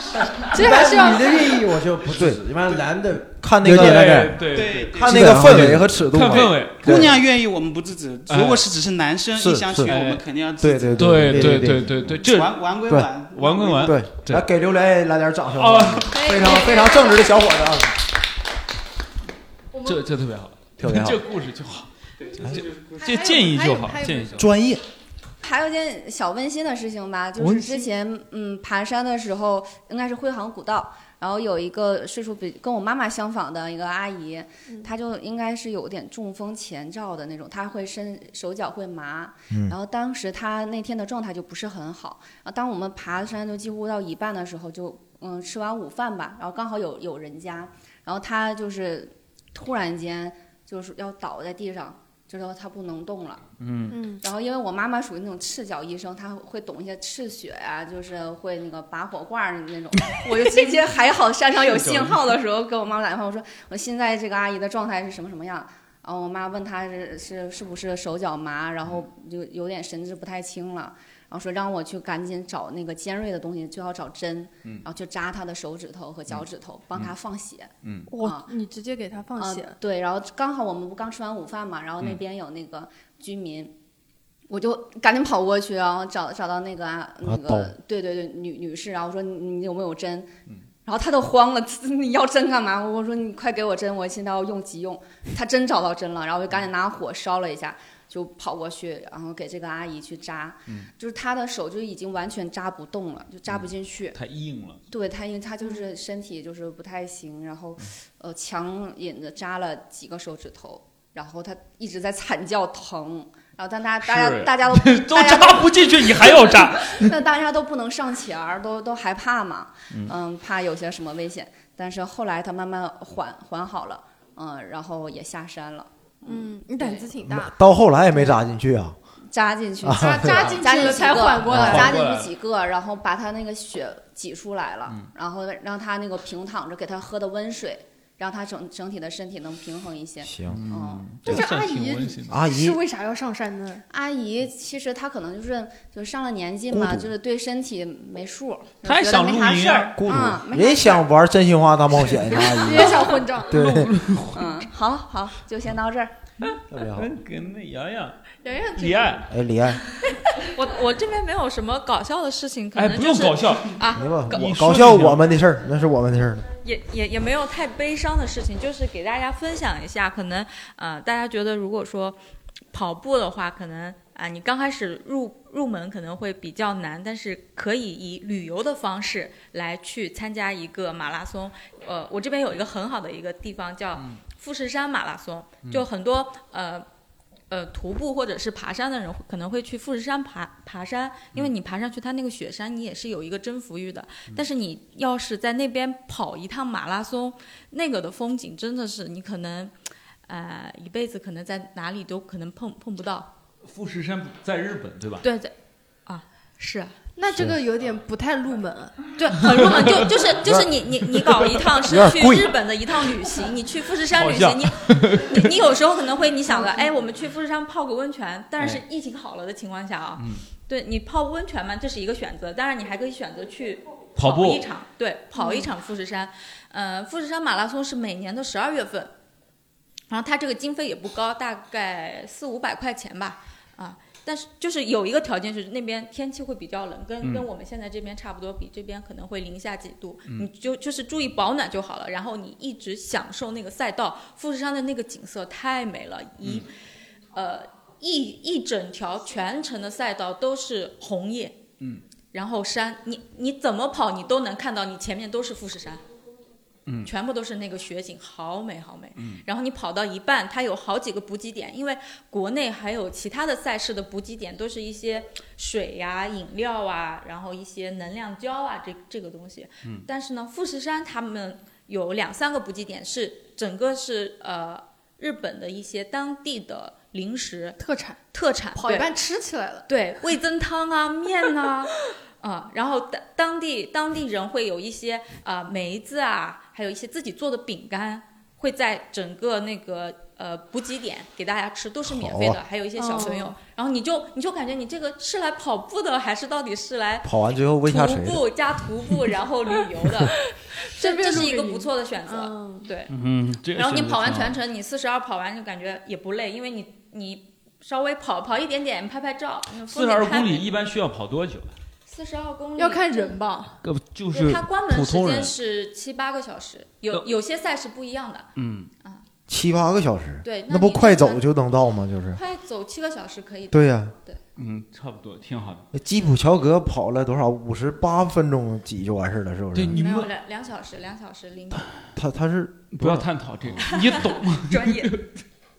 其实还是要
但你的建议我就不制止，一般男的
看那个
有点
对对对
对
看那个氛围和尺度嘛看氛围对
姑娘愿意我们不制止，
哎
如果是只是男生
是
一厢情愿，
是
我们肯定要制
对
止。
对
对
对
对对对这
玩玩归玩，
玩归玩
对，
对
来给刘雷来点掌声
哦，
嗯非常非常正直的小伙子啊，
这这特别好，
特别好
这故事就好，这
还
这
有
建议就好
还，有
建议就好。
专业，
还有一件小温馨的事情吧，就
温
是
馨
之前嗯爬山的时候，应该是辉航古道，然后有一个岁数比跟我妈妈相仿的一个阿姨，
嗯
她就应该是有点中风前兆的那种，她会身手脚会麻，
嗯
然后当时她那天的状态就不是很好，然后当我们爬山就几乎到一半的时候就，嗯吃完午饭吧，然后刚好有有人家，然后她就是突然间就是要倒在地上，知道她不能动了。
嗯。
嗯，
然后因为我妈妈属于那种赤脚医生，她会懂一些赤血啊，就是会那个拔火罐儿 那种我就直接还好山上有信号的时候，给我妈妈打电话，我说我现在这个阿姨的状态是什么什么样。然后我妈问她是是是不是手脚麻，然后就有点神志不太清了，然后说让我去赶紧找那个尖锐的东西，最好找针，
嗯
然后去扎她的手指头和脚趾头，帮她放血。啊
嗯
哇，你直接给他放血
嗯。对，然后刚好我们不刚吃完午饭嘛，然后那
嗯
边有那个居民，我就赶紧跑过去，然后找找到那个啊
刀
那
嗯
个对对对女女士，然后说你你有没有针？然后他都慌了， 你要针干嘛？我说你快给我针，我现在要用急用。他真找到针了，然后我就赶紧拿火烧了一下，就跑过去，然后给这个阿姨去扎，
嗯
就是她的手就已经完全扎不动了，就
嗯
扎不进去。
太硬了。
对他，因为他
嗯
就是身体就是不太行，然后，呃，强忍着扎了几个手指头，然后他一直在惨叫疼，然后但大家大
是
家大家都
都
大家
扎不进去你还要扎，
那大家都不能上前儿，都都害怕嘛，
嗯
嗯，怕有些什么危险，但是后来他慢慢缓缓好了，嗯，然后也下山了，
嗯，你胆子挺大，
到后来也没扎进去啊。
扎进去，
啊扎
扎进去
扎进
了才
几个
缓过来
扎进
缓过
去
来
几个，然后把他那个血挤出来了，
嗯
然后让他那个平躺着，给他喝的温水，让他整整体的身体能平衡一些。
行
嗯，
这个
但是阿
挺温
姨
馨的阿姨
是为啥要上山呢？
阿姨其实她可能就是就是上了年纪嘛，
孤独
就是对身体没数，
她还
觉得
想
没啥
露营
事儿，
孤独
啊
嗯，，没啥
人
事儿
想玩真心话大冒险去，阿姨。
也想混账
对，
嗯，好好，就先到这儿。
特别好。
跟那洋洋，
洋洋
李艾，
哎，李安，
我我这边没有什么搞笑的事情，可
哎
能、就
不
是、
用搞笑
啊，
你吧
搞，
我搞笑我们的事儿，那是我们的事儿了。
也也也没有太悲伤的事情，就是给大家分享一下，可能呃，大家觉得如果说跑步的话，可能啊、你刚开始入入门可能会比较难，但是可以以旅游的方式来去参加一个马拉松。呃，我这边有一个很好的一个地方叫
嗯
富士山马拉松，
嗯
就很多呃。呃，徒步或者是爬山的人会可能会去富士山爬爬山，因为你爬上去，它那个雪山你也是有一个征服欲的。但是你要是在那边跑一趟马拉松，那个的风景真的是你可能，呃，一辈子可能在哪里都可能碰碰不到。
富士山不在日本对吧？
对对，啊，是啊
那这个有点不太入门啊，
对，很入门，就就是就是你你你搞 一趟是
有点
去
贵
日本的一趟旅行，你去富士山
好
旅
像
行，你你你有时候可能会你想了，哎，我们去富士山泡个温泉，但
哎
是疫情好了的情况下啊，
嗯
对你泡温泉嘛，这是一个选择，当然你还可以选择去
跑步
一场，对，跑一场富士山，呃，富士山马拉松是每年的十二月份，然后它这个经费也不高，大概四五百块钱吧，啊。但是就是有一个条件是那边天气会比较冷，跟、
嗯
跟我们现在这边差不多，比这边可能会零下几度，
嗯
你就就是注意保暖就好了。然后你一直享受那个赛道，富士山的那个景色太美了，一、呃一一整条全程的赛道都是红叶，
嗯
然后山，你你怎么跑你都能看到，你前面都是富士山，
嗯
全部都是那个雪景，好美好美。
嗯
然后你跑到一半，它有好几个补给点，因为国内还有其他的赛事的补给点都是一些水呀、饮料啊，然后一些能量胶啊，这这个东西。
嗯
但是呢，富士山他们有两三个补给点是整个是呃日本的一些当地的零食
特产，
特产
跑一
对
半吃起来了。
对，味增汤啊、 面呐、啊，然后当当地当地人会有一些啊、呃梅子啊，还有一些自己做的饼干，会在整个那个呃补给点给大家吃，都是免费
好
的，
啊
还有一些小朋友，
哦
然后你就你就感觉你这个是来跑步的，还是到底是来
跑完最后喂下
徒
谁的
步加徒 步，然后旅游 的，这
变
这是
露
一个
营
不错的选择，对，
嗯，这个
然后你
选择
跑完
挺好
全程，你四十二跑完就感觉也不累，因为你你稍微跑跑一点点，拍拍照。
四十二公里一般需要跑多久？
四十二公里
要看人吧，
呃，就
对
是
它关门
普
时
通人
间，是七八个小时，有有些赛是不一样的，
嗯，
七八个小时，
对那
那不
你
快走就能到吗？就是
快走七个小时可以的。
对呀
对，
嗯，差不多，挺好的。
基普乔格跑了多少？五十八分钟几就完事儿了，是不是？
对，你
没有
们
两两小时，两小时 零。
他他是
不要探讨这个，你懂吗？
专业。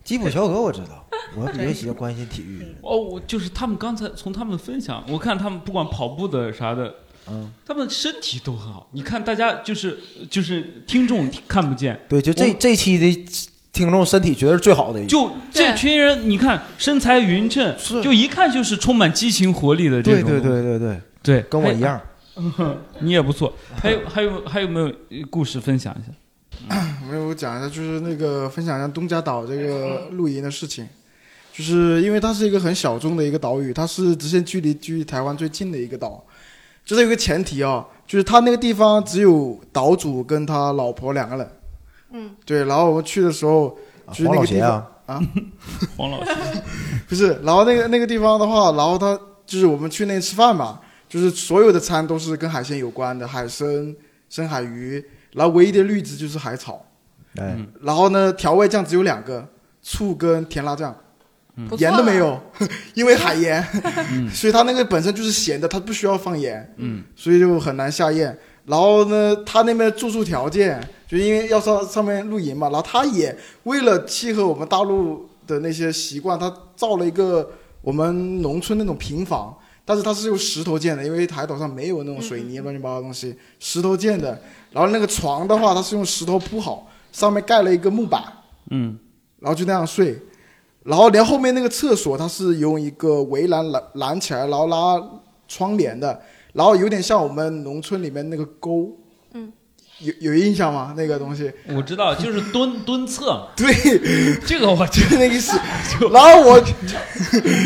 基普乔格我知道，我比较喜欢关心体育。
哦，我就是他们刚才从他们分享，我看他们不管跑步的啥的，
嗯，
他们身体都很好。你看大家就是就是听众看不见，
对，就这
我
这期的听众身体绝对是最好的一个，
就这群人，你看身材匀称，就一看就是充满激情活力的这
对
种。
对对对对
对，
跟我一样。
你也不错。还有还有还有没有呃故事分享一下？
没哎有，我讲一下，就是那个分享一下东家岛这个露营的事情，就是因为它是一个很小众的一个岛屿，它是直线距离距离台湾最近的一个岛，就是有一个前提啊、就是他那个地方只有岛主跟他老婆两个人，
嗯，
对，然后我们去的时候，就是那个地方
啊
啊，
黄老
不是，然后那个那个地方的话，然后他就是我们去那吃饭嘛，就是所有的餐都是跟海鲜有关的，海参、深海鱼，然后唯一的绿植就是海草。
哎，
嗯
然后呢，调味酱只有两个，醋跟甜辣酱，
不错啊
盐都没有， 因为海盐，
嗯
所以它那个本身就是咸的，它不需要放盐，
嗯，
所以就很难下咽。然后呢，他那边住宿条件，就因为要上上面露营嘛，然后他也为了契合我们大陆的那些习惯，他造了一个我们农村那种平房，但是它是用石头建的，因为海岛上没有那种水泥乱七八糟的东西，石头建的。然后那个床的话，它是用石头铺好，上面盖了一个木板，
嗯
然后就那样睡。然后连后面那个厕所，它是用一个围栏拦拦起来，然后拉窗帘的，然后有点像我们农村里面那个沟，
嗯，
有有印象吗？那个东西，
我知道，就是蹲蹲厕，
对，
这个我就
那意思。然后我，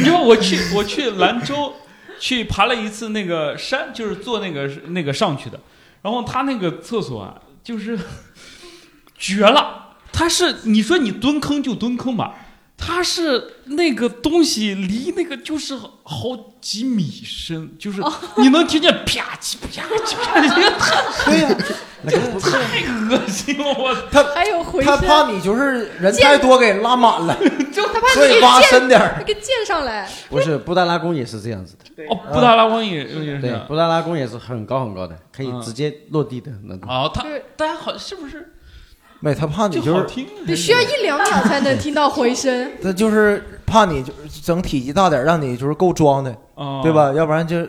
因为我去我去兰州去爬了一次那个山，就是坐那个那个上去的，然后他那个厕所啊，就是绝了，他是你说你蹲坑就蹲坑吧。它是那个东西离那个就是好几米深，就是你能听见啪叽啪叽啪叽，
对 呀、
那个太恶心了，我
他
还有回
他
声
怕你就是人太多给拉满 了，
他怕
所
你
以
给
挖
溅
深点儿
给溅上来。
不是布达拉宫也是这样子的。嗯
哦布达拉宫也也是这
对
样，嗯
布达拉宫也是很高很高的，可以直接落地的那种。
哦，他大家好是不是？
没他怕你就是，
你需要一两秒才能听到回声。
他就是怕你就是整体积大点儿，让你就是够装的，
哦
对吧？要不然就一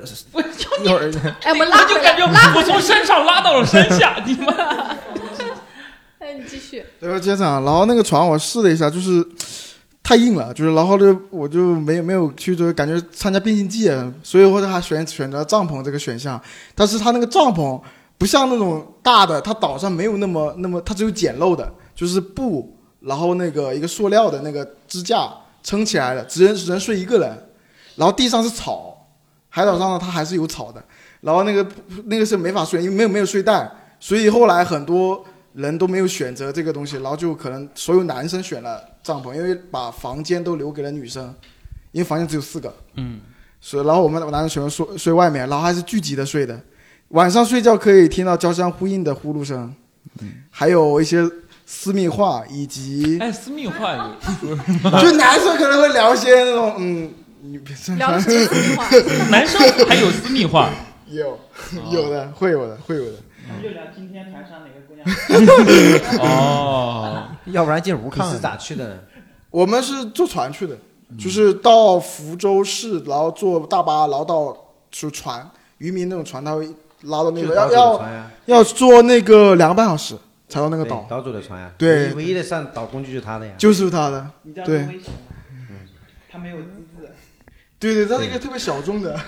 会儿
哎，我们拉
就
回
感
来，
觉
拉回
我从山上拉到了山下，你们
哎，你继续。
然后接着啊，然后那个床我试了一下，就是太硬了，就是然后就我就没有没有去，就是感觉参加变形计，啊所以我就还选选择帐篷这个选项。但是它那个帐篷不像那种大的，它岛上没有那么那么，它只有简陋的，就是布，然后那个一个塑料的那个支架撑起来的，只能只能睡一个人，然后地上是草，海岛上呢它还是有草的，然后那个那个是没法睡，因为没有没有睡袋，所以后来很多人都没有选择这个东西，然后就可能所有男生选了帐篷，因为把房间都留给了女生，因为房间只有四个，
嗯，
所以然后我们男生喜欢睡睡外面，然后还是聚集的睡的，晚上睡觉可以听到交相呼应的呼噜声，还有一些私密话以 及
哎，私密话也说
就男生可能会聊一些那种嗯，你别
聊一些私密话男生还有私密话，
有有的会有的会有的。
就聊今天船上哪个姑娘。
哦，
要不然进屋看
你
看。
是咋去的？
我们是坐船去的，就是到福州市，然后坐大巴，然后到就船，渔民那种船，他会拉到那
就
个
是
要
岛主的
要
船呀
要坐那个两个半小时才到那个
对
岛，
岛主的船呀，
对
唯唯一的上岛工具就是他的呀，
就是他的
你知，道多
对
危险吗？他没有资质。
对对，他是一个特别小众的，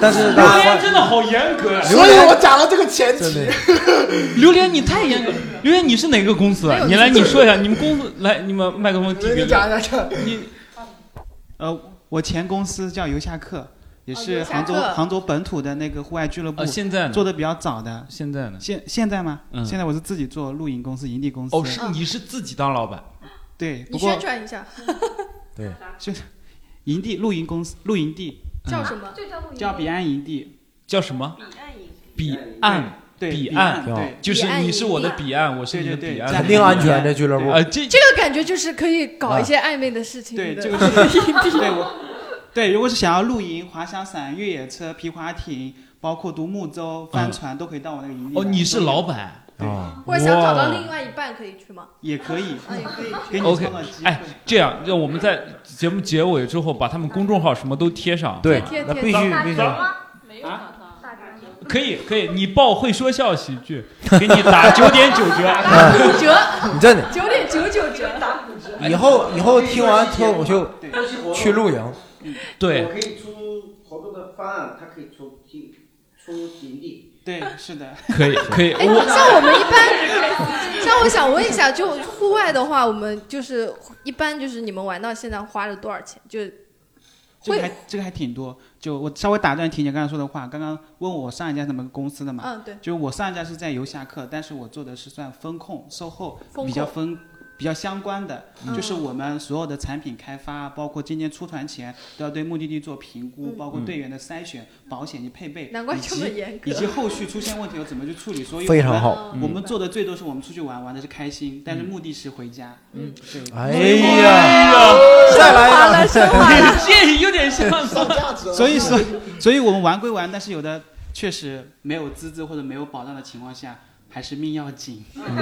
但是
榴莲真的好严格啊呀，
所以我讲了这个前提，
榴莲你太严格，榴莲你是哪个公司
没有？
你来
就是
你说一下，你们公司来，你们麦克风递给
你
我
讲一下，
你
呃，我前公司叫游侠客，
哦
也
游
是
侠
杭州、
客
杭州本土的那个户外俱乐部。
呃现在呢
做的比较早的，
现在呢？
现现在吗？
嗯
现在我是自己做露营公司、营地公司。
哦，是你是自己当老板，
对，
你
不过
宣传一下，
对，
就是营地露营公司露营地嗯
叫什么？
叫彼岸营地，
叫什么？彼岸
岸
对
对
彼
彼
岸哦
岸对
就是
彼岸
你是我
一
的
样
彼岸，我是你的
对对
彼
对
岸，
在
肯定安全这俱乐部
啊，这
这个感觉就是可以搞一些暧昧的事情的。
对，这个是 对我对，如果是想要露营、滑翔伞、越野车、皮划艇，包括独木舟、帆船，都可以到我那个营地来。
哦，你是老板
哦
啊
我想找到另外一半可以去吗？
也可以，
啊，也可以去。
给你
OK，
创造机会
哎。，这样让我们在节目结尾之后把他们公众号什么都贴上，
对
贴，
那
贴
必须
贴
必须。
可以可以，你报会说笑喜剧，给你打九点九折，
五折，
啊嗯你真的，
九点九九折。
以后以后听完脱口秀去露营，
嗯
对
我可以出活动的方案，他可以出地出营地，
对，是的，
可以可以，
哎，
我
像我们一般，像我想问一下，就户外的话，我们就是一般就是你们玩到现在花了多少钱？就
嗯这个
会
还这个还挺多。就我稍微打断婷姐刚刚说的话，刚刚问我上一家什么公司的嘛，
嗯，对，
就我上一家是在游侠客，但是我做的是算风控售后
风控，
比较分比较相关的，
嗯
就是我们所有的产品开发，包括今年出团前都要对目的地做评估，
嗯
包括队员的筛选、保险及配备，
难怪
以
这
及
么严格
以及后续出现问题要怎么去处理。所以
非常
我们
好
我们做的最多是我们出去玩，玩的是开心，但是目的是回家。嗯，对。
哎呀再来一啊个升华 了升华了
这有点像
上价值了
所以说，所以我们玩归玩，但是有的确实没有资质或者没有保障的情况下，还是命要紧。
嗯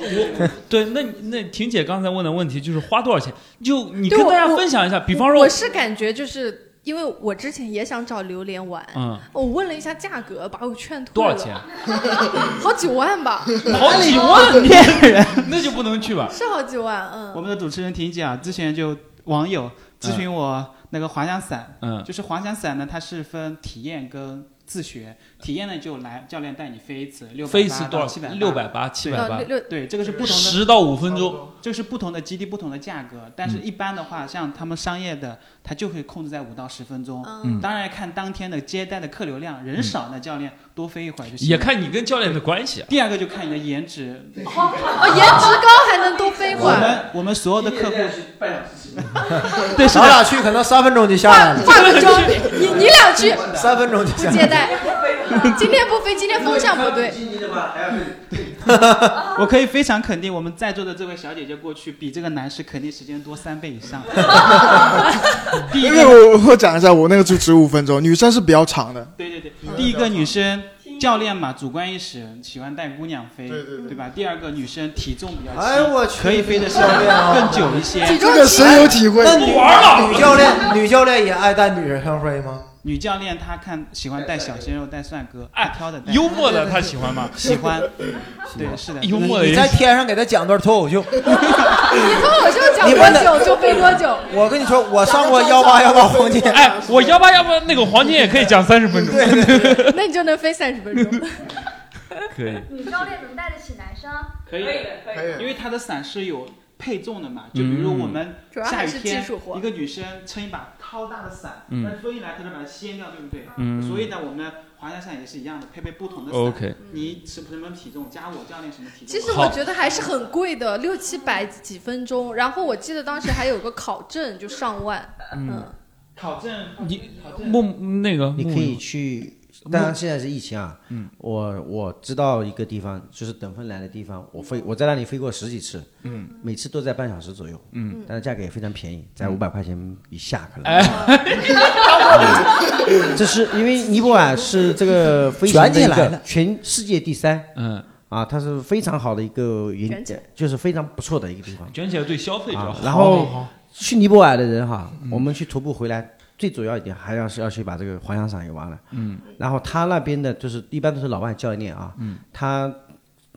我对，那那婷姐刚才问的问题就是花多少钱？就你
对
跟
我
大家
我
分享一 下，比方说
我是感觉就是因为我之前也想找榴莲玩，
嗯
我问了一下价格，把我劝退
多
了。
少钱？
好几万吧，
好几万，人， 那就不能去吧。
是好几万，嗯。
我们的主持人婷姐啊，之前就网友咨询我那个滑翔伞，
嗯
就是滑翔伞呢，它是分体验跟自学。体验呢就来教练带你飞一次，六
飞一次多少
七百
680780呃六
对，这个是不同的
10到5分钟，
这个是不同的基地不同的价格，但是一般的话，像他们商业的，它就会控制在五到十分钟。
嗯
当然看当天的接待的客流量，人少那教练多飞一会儿就行。
也看你跟教练的关系啊。
第二个就看你的颜值，
哦，颜值高还能多飞会
我们
儿，
我们所有的客户，
对，咱俩去可能三分钟就下来了。
化个妆，你你俩去，
三分钟就下
不
来了
接 待。今天不飞，今天风向不对。
我可以非常肯定，我们在座的这位小姐姐过去比这个男士肯定时间多三倍以 上。第一
因
个
为我我讲一下，我那个就只有五分钟，女生是比较长的。
对对对，第一个女生教练嘛，主观意识喜欢带姑娘飞，对吧？第二个女生体重比较轻，
嗯哎我去
可以飞的时间
教练啊
更久一些。
这个那女女教练，女教练也爱带女人上飞吗？
女教练她看喜欢带小鲜肉、带帅哥，爱挑的带。
幽默的她喜欢吗
喜欢，对，是的，
你在天上给她讲段脱口秀。
你脱口秀讲
你问她
多久就飞多久。
我跟你说，我上过幺八幺八黄金。
哎，我幺八幺八那个黄金也可以讲三十分钟。
那你就能飞三十分 钟。
可以。
女教练能带得起男生？
嗯可以
可
的，因为她的伞是有配重的嘛，就
嗯
比如我们
主要
下
还
雨
是
天
技术，活
一个女生撑一把超大的伞，
嗯
那风一来她就把它掀掉，对不对？
嗯
所以呢，我们滑翔伞也是一样的，配备不同的伞。
OK
你什么什么体重，加我教练什么体重。
其实我觉得还是很贵的，六七百几分钟。然后我记得当时还有个考证，就上万。
嗯，
考证
你木那个
你
木
可以去，当然现在是疫情啊。
嗯，
我我知道一个地方，就是等芬兰的地方，我飞我在那里飞过十几次，
嗯，
每次都在半小时左右，
嗯
但是价格也非常便宜，在
嗯
五百块钱以下可能。
哎
这是因为尼泊尔是这个飞行的一
卷起来
个
了
全世界第三，
嗯，
啊，它是非常好的一个云
卷起来，
就是非常不错的一个地方。
卷起来对消费者
啊
好。嗯
然后去尼泊尔的人哈，我们去徒步回来，最主要一点还要是要去把这个滑翔伞给玩了。
嗯
然后他那边的就是一般都是老外教练啊，
嗯
他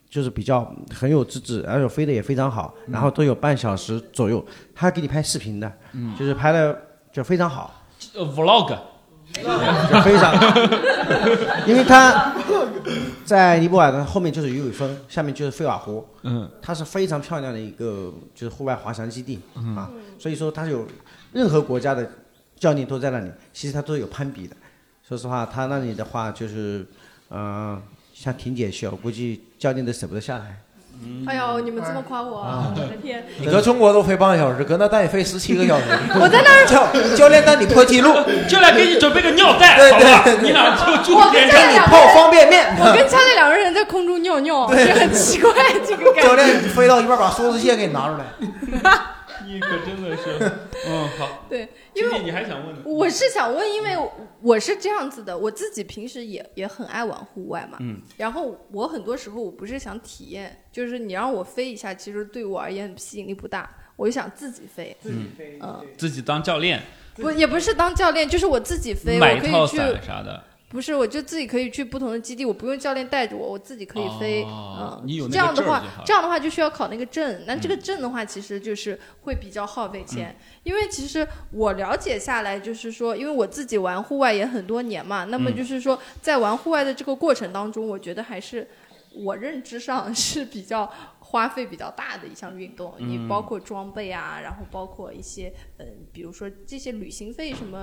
就是比较很有资质，而且飞的也非常好，
嗯
然后都有半小时左右，他给你拍视频的，
嗯
就是拍的就非常好，
呃 vlog，
就非常， 因为他在尼泊尔的后面就是鱼尾峰，下面就是费瓦湖，
嗯，
它是非常漂亮的一个就是户外滑翔基地、
嗯
啊，所以说它有任何国家的教练都在那里，其实它都有攀比的。说实话，他那里的话就是，呃，像婷姐去，我估计教练都舍不得下来。
哎呦，你们这么夸我，
啊
我的天！
你
你搁中国都飞半个小时，搁那带你飞十七个小时。
我在那儿
教教练带你破纪录，
教练给你准备个尿袋
对
好不好
对对
你俩就
我跟教练两个人我跟
教
教练两个人在空中尿尿，
对
这很奇怪，这个感觉。
练飞到一半，把梭子蟹给你拿出来。
你可真的是，嗯，好。
对，因为
你还想问呢？
我是想问，因为我是这样子的，我自己平时也也很爱玩户外嘛，
嗯
然后我很多时候我不是想体验，就是你让我飞一下，其实对我而言吸引力不大，我就想自己飞，
嗯，
嗯，
自己当教练，
不也不是当教练，就是我自己飞，
买
我
一
可
套
以去，
伞啥的。
不是，我就自己可以去不同的基地，我不用教练带着我，我自己可以飞，
哦
嗯，
你有那
这样
个
的
证儿
话
就好了，嗯
这样的话就需要考那个证，那这个证的话，其实就是会比较耗费钱，因为其实我了解下来，就是说，因为我自己玩户外也很多年嘛，那么
嗯
就是说，在玩户外的这个过程当中，我觉得还是我认知上 是比较花费比较大的一项运动，
嗯
你包呃括装备啊，然后包括一些嗯，比如说这些旅行费什么。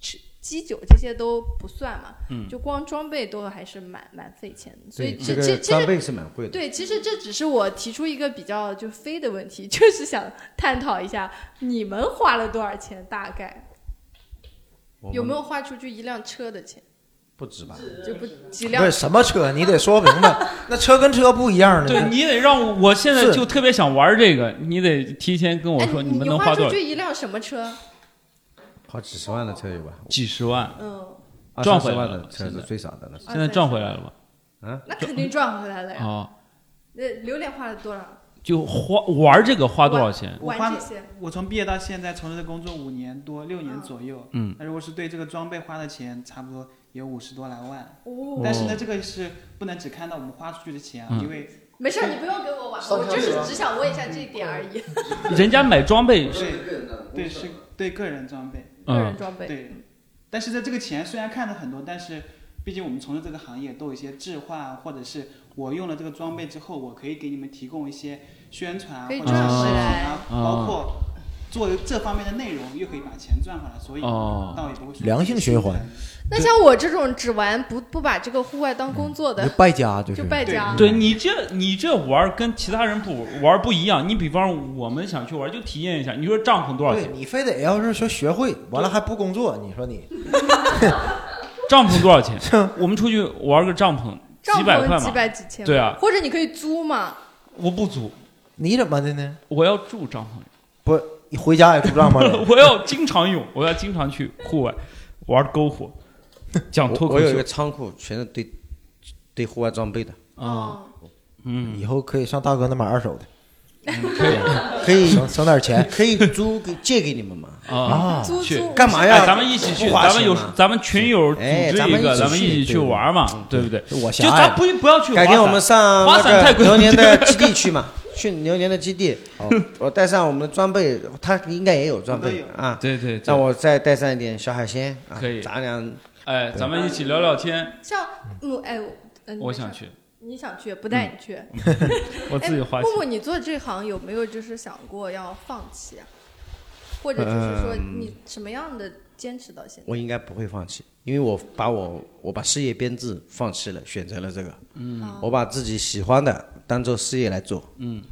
吃基酒这些都不算嘛，
嗯
就光装备都还是蛮蛮费钱的，所以
对这
这
个
这
装备是蛮贵的
对，其实这只是我提出一个比较就飞的问题， 就是想探讨一下你们花了多少钱，大概
我们
有没有花出去一辆车的钱，
不止吧？
就不几辆
不是什么车，你得说明白， 那车跟车不一样的。
对你得让我我现在就特别想玩这个，你得提前跟我
哎，
说
你
们
你
能
花
多
出
少
去？一辆什么车？
跑几十万的车有吧？
几十万，
嗯，
二
赚
三
回
十
来
万
了
的车是最少的了。
现在赚回来了吧？
啊，
那肯定赚回来了呀。
哦，
那榴莲花了多少？
就花玩这个花多少钱？
我
玩
花
这些，
我从毕业到现在从事的工作五年多六年左右，
嗯
那如果是对这个装备花的钱，差不多有五十多来万，
哦
但是呢，这个是不能只看到我们花出去的钱啊，
嗯
因为
没事儿，你不用给我玩，我就是只想问一下这一点而已。
人家买装备是
对对是对个人装备，
嗯个人
装备
对，但是在这个钱虽然看着很多，但是毕竟我们从事这个行业都有一些置换，或者是我用了这个装备之后，我可以给你们提供一些宣传啊
可以
或者是
赚
视
回
频
来
啊，
哦
包括做这方面的内容，又可以把钱赚回来，所以
哦
倒也不会说
良性循环，
那像我这种只玩不不把这个户外当工作的，
就败家就是
就败家。
对你这你这玩儿跟其他人不玩儿不一样，你比方我们想去玩儿就体验一下，你说帐篷多少
对
钱？
你非得要是说学会完了还不工作，你说 你
帐篷多少钱？我们出去玩儿个帐篷
帐
几百块
篷
嘛，
几百几千，
对啊，
或者你可以租嘛，
我不租，
你怎么的呢？
我要住帐篷。。
不，你回家也住帐篷了
我要经常用，我要经常去户外玩篝火，讲脱口
我有一
秀
个。仓库，全是堆堆户外装备的。
啊，嗯，
以后可以上大哥那买二手的，
可以可以
省省点 钱，
可以租给借给你们嘛？
啊
租
去
租
干嘛呀
哎咱们一起去，
不花
咱
钱
们有
嘛
咱们群友组
哎
织
咱
一
们
个，
一起
咱们一起
去
去
对
玩嘛，对不对？
我
就
狭隘
咱不不要去滑伞，
改天我们上
滑伞
那
太
个
贵，
牛年 的基地去嘛，去牛年的基地，我带上我们的装备，他应该也有装备啊。
对对，
让我再带上一点小海鲜啊，
可以
咱俩
哎，咱们一起聊聊天。
像木哎，嗯，
我想去，嗯
你想去不带你去，
我自己花
哎
钱
木。木，你做这行有没有就是想过要放弃啊？或者就是说
嗯
你什么样的坚持到现在？
我应该不会放弃，因为我把我我把事业编制放弃了，选择了这个，
嗯
我把自己喜欢的当做事业来做，
嗯，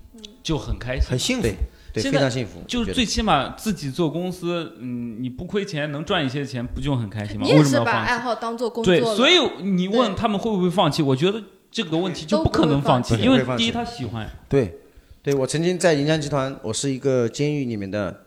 就很开心，
很幸福
对
对
现在
非常幸福
就
我觉
是
得
最起码自己做公司，嗯，你不亏钱，能赚一些钱，不就很开心吗？
你
为
也
什么
是
要
把
放
爱
弃？
好当做工作
对，
了，
所以你问他们会不会放弃，我觉得这个问题就
都
不可
不会
能放
放
弃，
弃
因为
不会放弃
第一他喜欢，
对，
对我曾经在银江集团，我是一个监狱里面的，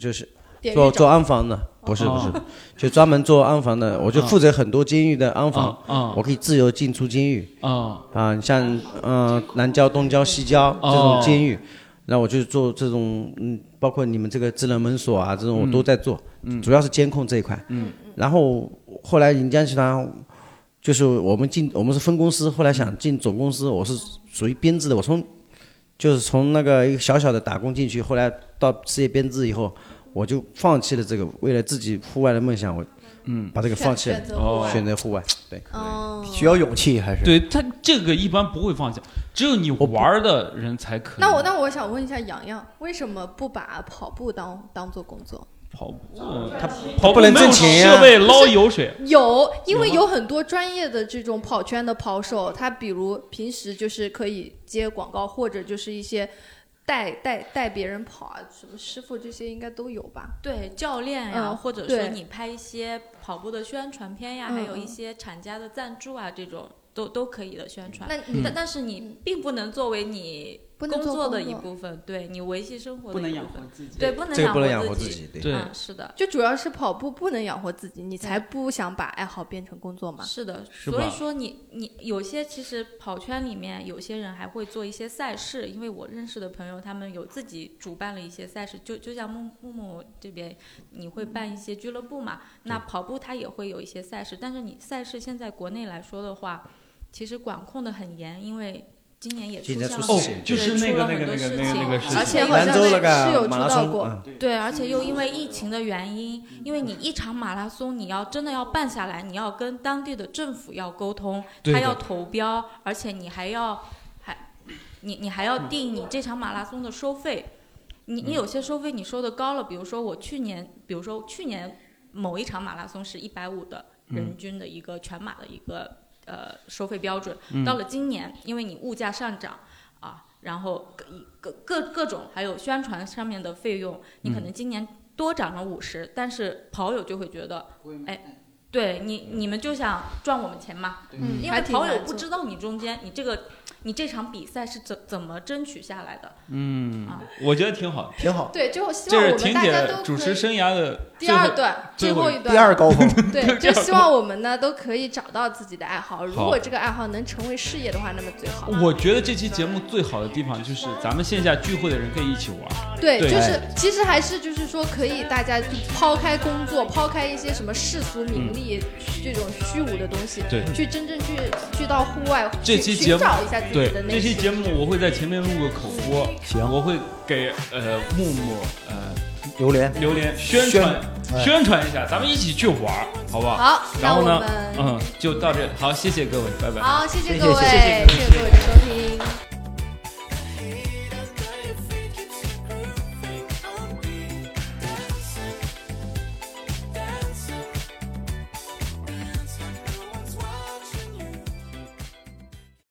就是
典狱
做
长哦
做安防的，不是不是， 就专门做安防的，我就负责很多监狱的安防，
啊
我可以自由进出监狱，
啊
啊，你像呃南郊、东郊、西郊这种监狱，那我就做这种嗯，包括你们这个智能门锁啊，这种我都在做，主要是监控这一块。
嗯，
然后后来银江集团就是我们进我们是分公司，后来想进总公司，我是属于编制的，我从就是从那个一个小小的打工进去，后来到事业编制以后，我就放弃了这个，为了自己户外的梦想，我
嗯
把这个放弃了
选择户，外
选择户外，对。
哦，
需要勇气还是
对他这个一般不会放弃，只有你玩的人才可以。
那我那我想问一下洋洋，为什么不把跑步当当做工作？
跑步，嗯他
他
跑步
不能
没有
挣钱呀
设备捞油水，
有，因为有很多专业的这种跑圈的跑手，他比如平时就是可以接广告，或者就是一些带带带别人跑啊，什么师傅这些应该都有吧？
对教练呀、
嗯
或者
对
说你拍一些跑步的宣传片呀，
嗯
还有
嗯
一些厂家的赞助啊，这种都都可以的宣传。
那嗯
但、但是你并不能作为你
不能
工
做
作的
工
一
作
部分，对你维系生活
不
的
能
一
养
部
活
分，
自己
对，不能
这个不能
养
养活
自
自己对
对
嗯，是的。
就主要是跑步不能养活自己，你才不想把爱好变成工作嘛？
是的，
是
所以
吧
说你你有些其实跑圈里面有些人还会做一些赛事，因为我认识的朋友他们有自己主办了一些赛事，就就像木木木这边你会办一些俱乐部嘛，那跑步它也会有一些赛事，但是你赛事现在国内来说的话，其实管控的很严，因为。今年也出
今
现
年
了
出
很
事
多，
情
对
就是那
出
个
了
那
很
个
多
那
事
个
情，
那个那个事情
而且好像
兰州那个
是有出
马拉
道
松
过，
嗯
对，而且又因为疫情的原因，因为你一场马拉松，你要真的要办下来，你要跟当地的政府要沟通，
对
他
的
要投标，而且你还要还你你还要定你这场马拉松的
嗯
收费。你你有些收费你收的高了，比如说我去年，比如说去年某一场马拉松是一百五的人均的一个全马的一个呃收费标准
嗯。
到了今年，因为你物价上涨啊，然后各一各各各种还有宣传上面的费用，你
嗯
可能今年多涨了五十，但是跑友就会觉得，哎。对你，你们就想赚我们钱嘛？
嗯
因为
还挺
跑友
难
不
做
知道你中间你这个，你这场比赛是怎怎么争取下来的？
嗯，我觉得挺好，
挺好
对，就希
这
望我
是
们
婷
大家
姐
都可以
主持生涯的
第
最后
二段
最
最
后
后一段第二高峰对，
第二
就
高
希望我们呢都可以找到自己的爱好。如
好
果这个爱好能成为事业的话，那么最好。
我觉得这期节目最好的地方就是咱们线下聚会的人可以一起玩，
对，就是
哎
其实还是就是说，可以大家抛开工作，抛开一些什么世俗名利、这种虚无的东西，
嗯对
去真正去去到户外，
这
去
期节
寻
目
找一下自己
对
的内
这期
心。
节目我会在前面录个口播，行，我会给呃木木呃
榴莲
榴莲宣
宣
传
哎
宣传一下，咱们一起去玩儿，好不好？
好
然后呢
那我，
嗯，就到这里，好，谢谢各位，拜拜。
好，谢各位，谢
谢谢
谢各位的收听。